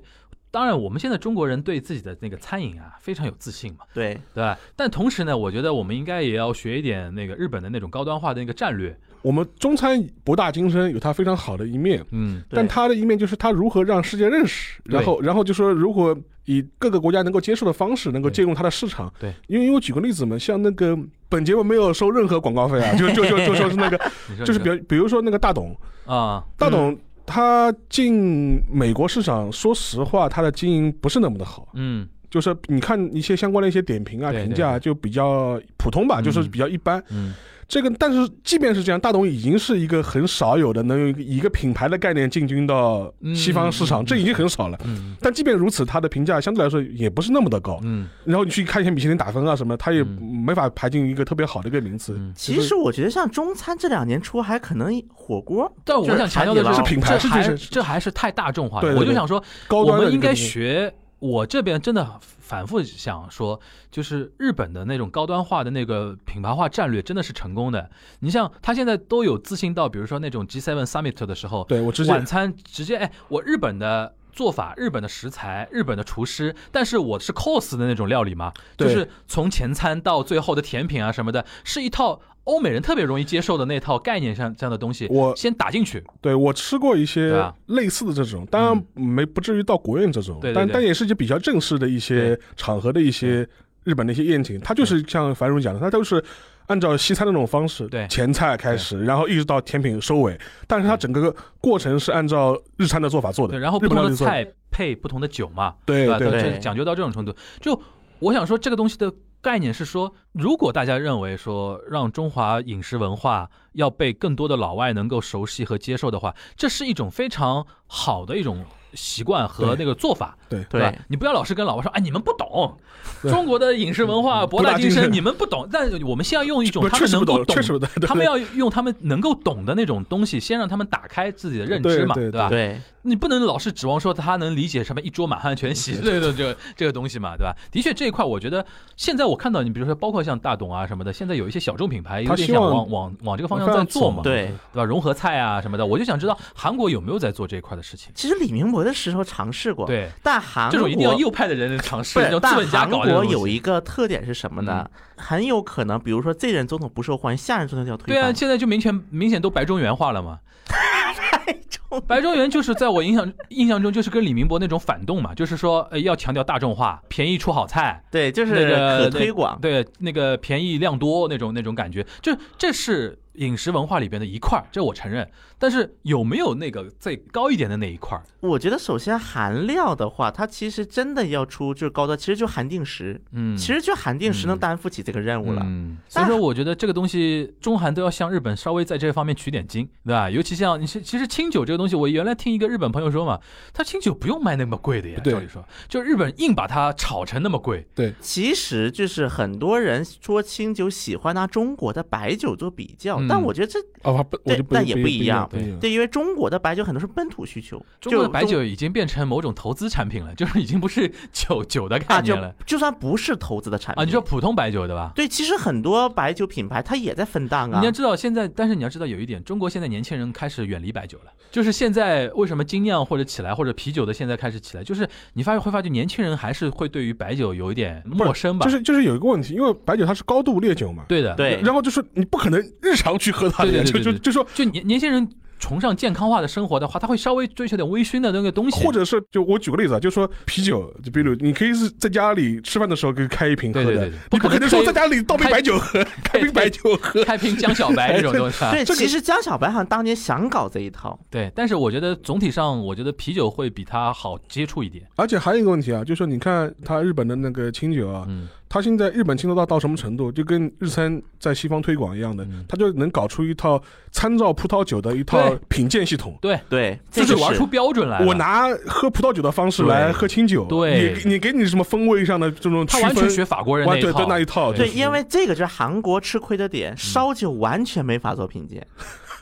当然我们现在中国人对自己的那个餐饮啊非常有自信嘛，
对
对吧？但同时呢，我觉得我们应该也要学一点那个日本的那种高端化的那个战略。
我们中餐博大精深，有它非常好的一面，
嗯，
对
但它的一面就是它如何让世界认识，
对
然后然后就说如何以各个国家能够接受的方式，能够
对
进入它的市场。
对，
因为因为我举个例子嘛，像那个本节目没有收任何广告费 啊，就就就就说是那个，
你说
就是比
你说
如比如说那个大董，
啊，
大董他进美国市场，说实话，他的经营不是那么的好。
嗯
就是你看一些相关的一些点评啊、
对对
评价，就比较普通吧，
嗯
就是比较一般。
嗯，
这个，但是即便是这样，大董已经是一个很少有的能有一个一个品牌的概念进军到西方市场，
嗯
这已经很少了。
嗯
但即便如此，它的评价相对来说也不是那么的高。
嗯
然后你去看一些米其林打分啊什么，它也
嗯
没法排进一个特别好的一个名次。
嗯。
其实我觉得像中餐这两年出还可能火锅，
但我想强调的
就是
品牌
这
是
还
就是
这还是太大众化了。
对对对
我就想说，
高
我
端的
们应
一个
该
东西
学。我这边真的反复想说，就是日本的那种高端化的那个品牌化战略真的是成功的。你像他现在都有自信到，比如说那种 G7 Summit 的时候，
对我直接
晚餐直接哎，我日本的做法、日本的食材、日本的厨师，但是我是 cos 的那种料理嘛，就
对
是从前餐到最后的甜品啊什么的，是一套欧美人特别容易接受的那套概念上这样的东西，
我
先打进去，
对我吃过一
对
些
啊
类似的这种，当然没不至于到国宴这种，
对对
但
对
但也是一些比较正式的一些场合的一些日本的一些宴请，它就是像樊荣讲的，它都是。按照西餐的那种方式，
对嗯
前菜开始，然后一直到甜品收尾，但是它整个过程是按照日餐的做法做的，
对，然后
日本
不同
料
的
理做的，
菜配不同的酒嘛，
对
吧？
对
到
对
对
这讲究到这种程度，就我想说，这个东西的概念是说，如果大家认为说让中华饮食文化要被更多的老外能够熟悉和接受的话，这是一种非常好的一种习惯和
对
那个做法。
对
对吧？你不要老是跟老外说，哎，你们不懂中国的饮食文化博
博大
大精
精
深，
深
你们不懂。但我们先要用一种
不
他
确
们
实
能
不
够
懂，
懂
确，实不懂，哦对
他们要用他们能够懂的那种东西，先让他们打开自己的认知
对
嘛，
对
吧？
对
你不能老是指望说他能理解什么一桌满汉全席 这种这个这个东西嘛，对吧？的确这一块，我觉得现在我看到你，比如说包括像大董啊什么的，现在有一些小众品牌有
他
点
希
想
望
往往往这个方向
往
在
上
做
走
嘛，
嘛
对。
对吧？融合菜啊什么的，我就想知道韩国有没有在做这一块的事情。
其实李明博的时候尝试过，
对，
但韩
这
国
种一定要右派的人尝试，
不
这
是
种，资
但
本家
韩
搞这种
国
东西嗯
有一个特点是什么呢？很有可能，比如说这任总统不受欢迎，下任总统就要推
对啊，
翻。
现在就明显明显都白中原化了嘛。
太重
白庄园就是在我印象印象中就是跟李明博那种反动嘛，就是说、呃、要强调大众化，便宜出好菜，
对，就是
那个
可推广。
对，那个便宜量多那种那种感觉，就这是饮食文化里边的一块儿，这我承认。但是有没有那个再高一点的那一块儿？
我觉得首先含料的话，它其实真的要出就是高端，其实就含定时，
嗯，
其实就含定时能
嗯
担负起这个任务了。
嗯，所以说我觉得这个东西中韩都要向日本稍微在这方面取点经，对吧？尤其像你是其实清酒这个东西，我原来听一个日本朋友说嘛，他清酒不用卖那么贵的呀，
对
照理说，就日本硬把它炒成那么贵，
其实就是很多人说清酒喜欢拿中国的白酒做比较，
嗯
但我觉得这
啊，不，我
对
就不
但也
不
不一样
不一样。
对，因为中国的白酒很多是本土需求，
中国的
就
白酒已经变成某种投资产品了，就是已经不是酒酒的概
啊，
念
就
了
就算不是投资的产品
啊，你说普通白酒对吧？
对，其实很多白酒品牌它也在分档啊
你要。知道，现在，但是你要知道有一点，中国现在年轻人开始远离白酒了。就是现在为什么精酿或者起来，或者啤酒的现在开始起来，就是你发现会发觉年轻人还是会对于白酒有一点陌生吧？
就是就是有一个问题，因为白酒它是高度烈酒嘛，
对的，，
对，
然后就是你不可能日常去喝它的呀，
对
就
对对
就
对
就说，
就年年轻人崇尚健康化的生活的话，他会稍微追求点微醺的那个东西，
或者是就我举个例子啊，就说啤酒，就比如你可以是在家里吃饭的时候可以开一瓶喝
对对
的
对对，
你
不
不
可
可
能
能
开
说在家里倒杯
开
白酒喝，开瓶白酒喝，
开瓶江小 白这种东西啊。
对，
这个
其实江小白好像当年想搞这一套，
对，但是我觉得总体上，我觉得啤酒会比它好接触一点。
而且还有一个问题啊，就是说你看它日本的那个清酒啊，
嗯，
它现在日本清酒到到什么程度，就跟日餐在西方推广一样的
嗯，
它就能搞出一套参照葡萄酒的一套
对
品鉴系统。
对，
对，
就
这
是
个
玩
是
出标准来了。
我拿喝葡萄酒的方式来
对
喝清酒，
对
你你给你什么风味上的这种
他
区
完全
分，
学法国人那
完
一
对
套
对，那一套，
对
对，
就是
因为这个就是韩国吃亏的
嗯
点，烧酒完全没 法做品鉴，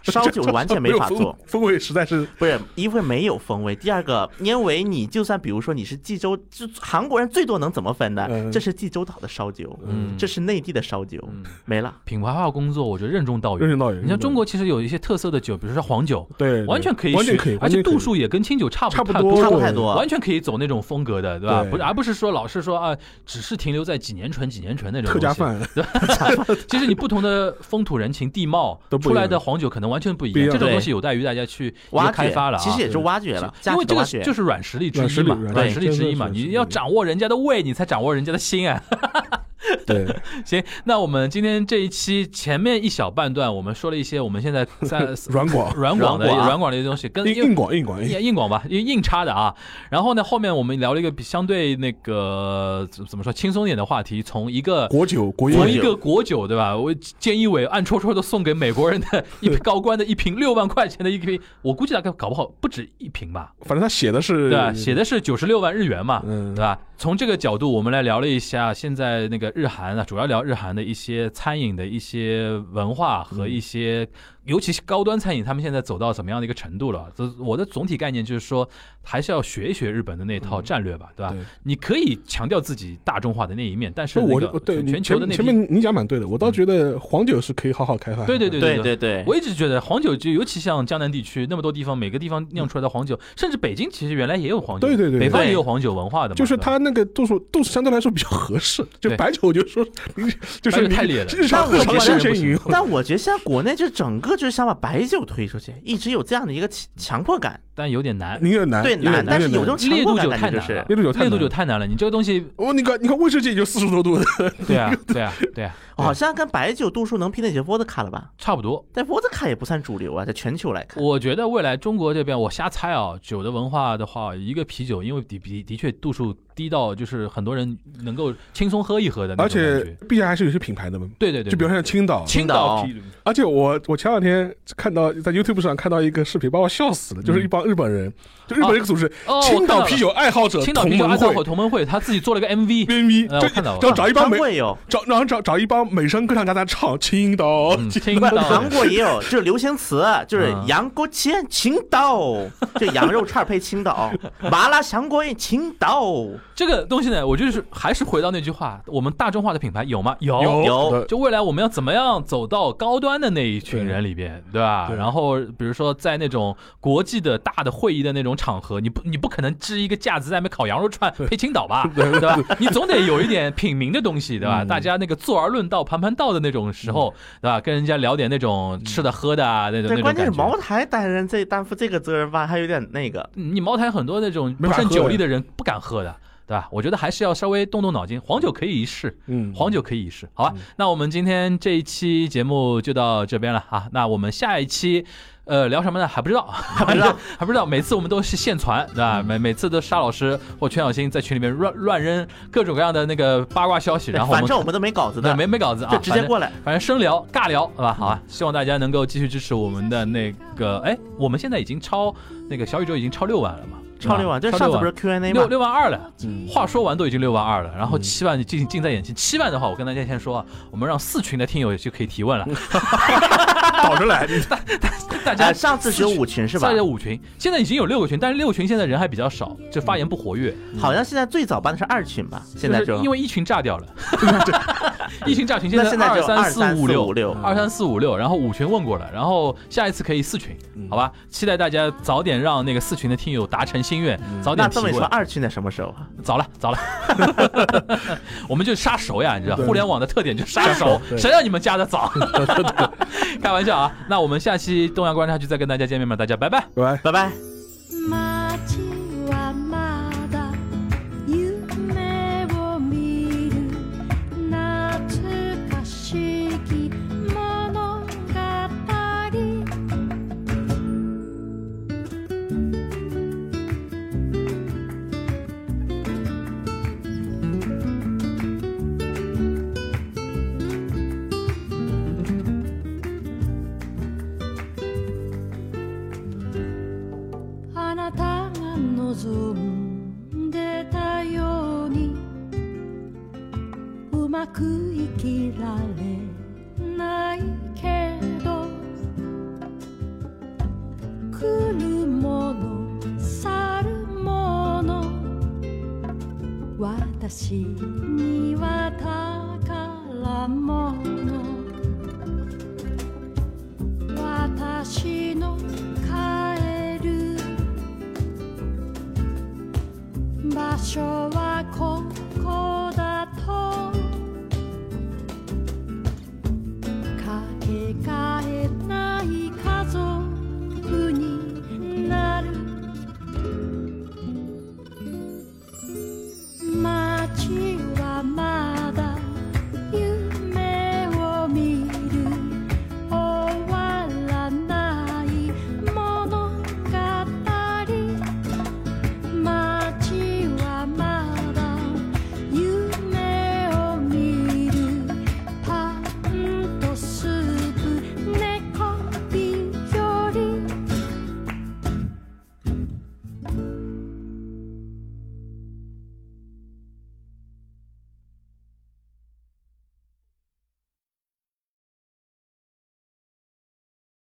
烧酒完全没 法
没有
做
风，风味实在是
不是因为没有风味。第二个，因为你就算比如说你是济州，就韩国人最多能怎么分呢？
嗯
这是济州岛的烧酒，
嗯
这是内地的烧酒，
嗯
没了。
品牌化工作，我觉得任重道
任
远。
人道远。
哦你像中国其实有一些特色的酒，比如说黄酒，
对，对
完全可以
完全
选，
可以，
而且
完全可以
度数也跟清酒差不
差不
太
多，
差不
对
太多
完全可以走那种风格的，对吧？
对
不是，而不是说老是说啊，只是停留在几年醇、几年醇那种
特价
东西。
饭，
其实你不同的风土人情、地貌
都不
出
一
来
样
的黄酒可能完全不一
不一
样，
样
这种
对
东西有待于大家去一
挖
个
掘
开发了啊。
其实也是挖掘了，价
因为
值的
这个
挖掘。
就是软实力之
软
一
实力
嘛，
软
软
实
实
力
力之
真的
一嘛，
是
你要掌握人家的胃，你才掌握人家的心啊。
对，
行，那我们今天这一期前面一小半段，我们说了一些我们现在在
哦软 广
软广的
软广啊
软广的一些东西，跟
硬硬广硬广硬
硬硬广吧，硬硬插的啊。然后呢，后面我们聊了一个比相对那个怎怎么说轻松一点的话题，从一个
国酒国
从
宴
一
酒
个国酒对吧？我建议委暗戳戳的送给美国人的 一瓶高官的一瓶六万块钱的一瓶，我估计大概搞不好不止一瓶吧，
反正他写的是
对吧？写的是九十六万日元嘛，
嗯
对吧？从这个角度，我们来聊了一下现在那个日韩啊，主要聊日韩的一些餐饮的一些文化和
嗯
一些，尤其是高端餐饮，他们现在走到什么样的一个程度了？这我的总体概念就是说，还是要学一学日本的那套战略吧，对吧
嗯对？
你可以强调自己大众化的那一面，但是
不
那
我
个
对
全
你
全球的那
前
批，嗯
面你讲蛮对的，我倒觉得黄酒是可以好好开发。
对对对
对
对。
对对，
我一直觉得黄酒就尤其像江南地区那么多地方，每个地方酿出来的黄酒，甚至北京其实原来也有黄酒，
对对对
北方
对
也有黄酒文化的嘛，
就是
对吧
它那个度数度数相对来说比较合适，就
对
白酒就说你就
白
是你
酒太烈了
日常
那
日
我
常
觉
休
得
闲饮用。
但我觉得现在国内就整个就是想把白酒推出去，一直有这样的一个强强迫感，
但啊有点难。
你也难，
对
你也
难，但是有这种强
烈
迫
度
感，
酒
感
太
觉就
难了
是，
烈度酒太
烈度
难
酒太难了。你这个东西，
哦，你看，你看威士忌就四十多度的，
对啊，对啊，对啊，
好像跟白酒度数能媲美就伏特卡了吧？
差不多。
但伏特卡也不算主流啊，在全球来看，
我觉得未来中国这边，我瞎猜啊，酒的文化的话，一个啤酒，因为的的的确度数低到就是很多人能够轻松喝一喝的那
而
种感
且
觉。
毕竟还是有些品牌的嘛，
对对对，
就比如像青岛，
青
岛
啤酒，
而且我我前两天看到在 YouTube 上看到一个视频，把我笑死了，就是一帮日本人，就日本一个组织，
嗯哦，
青岛啤酒
酒，
爱好者
青岛啤酒
同
爱好
盟
者
会
同盟会，他自己做了个 MV。
，BNB，
呃我看到
就
了
要找一帮
韩
美
国也有，
找然后找找一帮美声歌唱家在唱青岛，
嗯，
青
青
不，
岛
韩，国也有，就是流行 词，就是
嗯
羊锅切青岛，就羊肉串配青岛，
嗯
麻辣香锅青岛，
这个东西呢，我就是还是回到那句话，我们大众化的品牌有吗？哦有，
有
的
就未来我们要怎么样走到高端的那一群人里边，对吧？
对
然后比如说在那种国际的大的会议的那种场合，你不你不可能支一个架子在那边烤羊肉串配青岛吧，
对
对吧？你总得有一点品茗的东西，对吧？
嗯
大家那个坐而论道、盘盘道的那种时候，对吧？跟人家聊点那种吃的喝的啊，那种那
对，
种
关键是
感觉
茅台担任这担负这个责任吧，还有点那个。
嗯你茅台很多那种
没
不
法
胜
喝
酒
呀
力的人不敢喝的，对吧？我觉得还是要稍微动动脑筋，黄酒可以一试，
嗯，
黄酒可以一试，好吧？
嗯
那我们今天这一期节目就到这边了啊。那我们下一期，呃，聊什么呢？还 不知道，还
不知道，
还不知道。每次我们都是现传，对吧？每每次都沙老师或全小新在群里面乱乱扔各种各样的那个八卦消息，然后我
哎反
们
正我们都没稿子
对
的，
没没稿子啊
就，直接
反正
过来。
反正生聊尬聊，好吧，好吧，希望大家能够继续支持我们的那个，哎，我们现在已经超那个小宇宙已经超六万了嘛，
超六万，
万，
这
超
上
六
次
万
不是 Q&A
六
吗？
六万二了。
嗯
话说完都已经六万二了，然
嗯
后七万近近在眼前。七万的话，我跟大家先说啊，我们让四群的听友就可以提问了。
嗯
倒着来，
大
哎，
家
上次只有五群是吧
现？在五群，现在已经有六个群，但是六个群现在人还比较少，就发言不活跃。
好像现在最早办的是二群吧？嗯现在
就
就是
因为一群炸 掉了，一群炸群
那现在
二
就
三四五六
五。六，嗯
二三四五六，然后五群问过了，然后下一次可以四群，
嗯
好吧？期待大家早点让那个四群的听友达成心愿，早
嗯那
点提
这么一
过
说，
来。
二群在什么时候啊？
早了，早了， 我们就杀熟呀，你知道，
对
互联网的特点就是杀熟，
对
谁让你们加的早？开玩笑啊！那我们下期东阳观察局再跟大家见面吧，大家拜拜。
拜拜。
拜拜。
街はまだ夢を見る懐かしき物語あなたが望んでたようにうまく生きられないけど来るもの去るもの私には宝物私の帰る場所は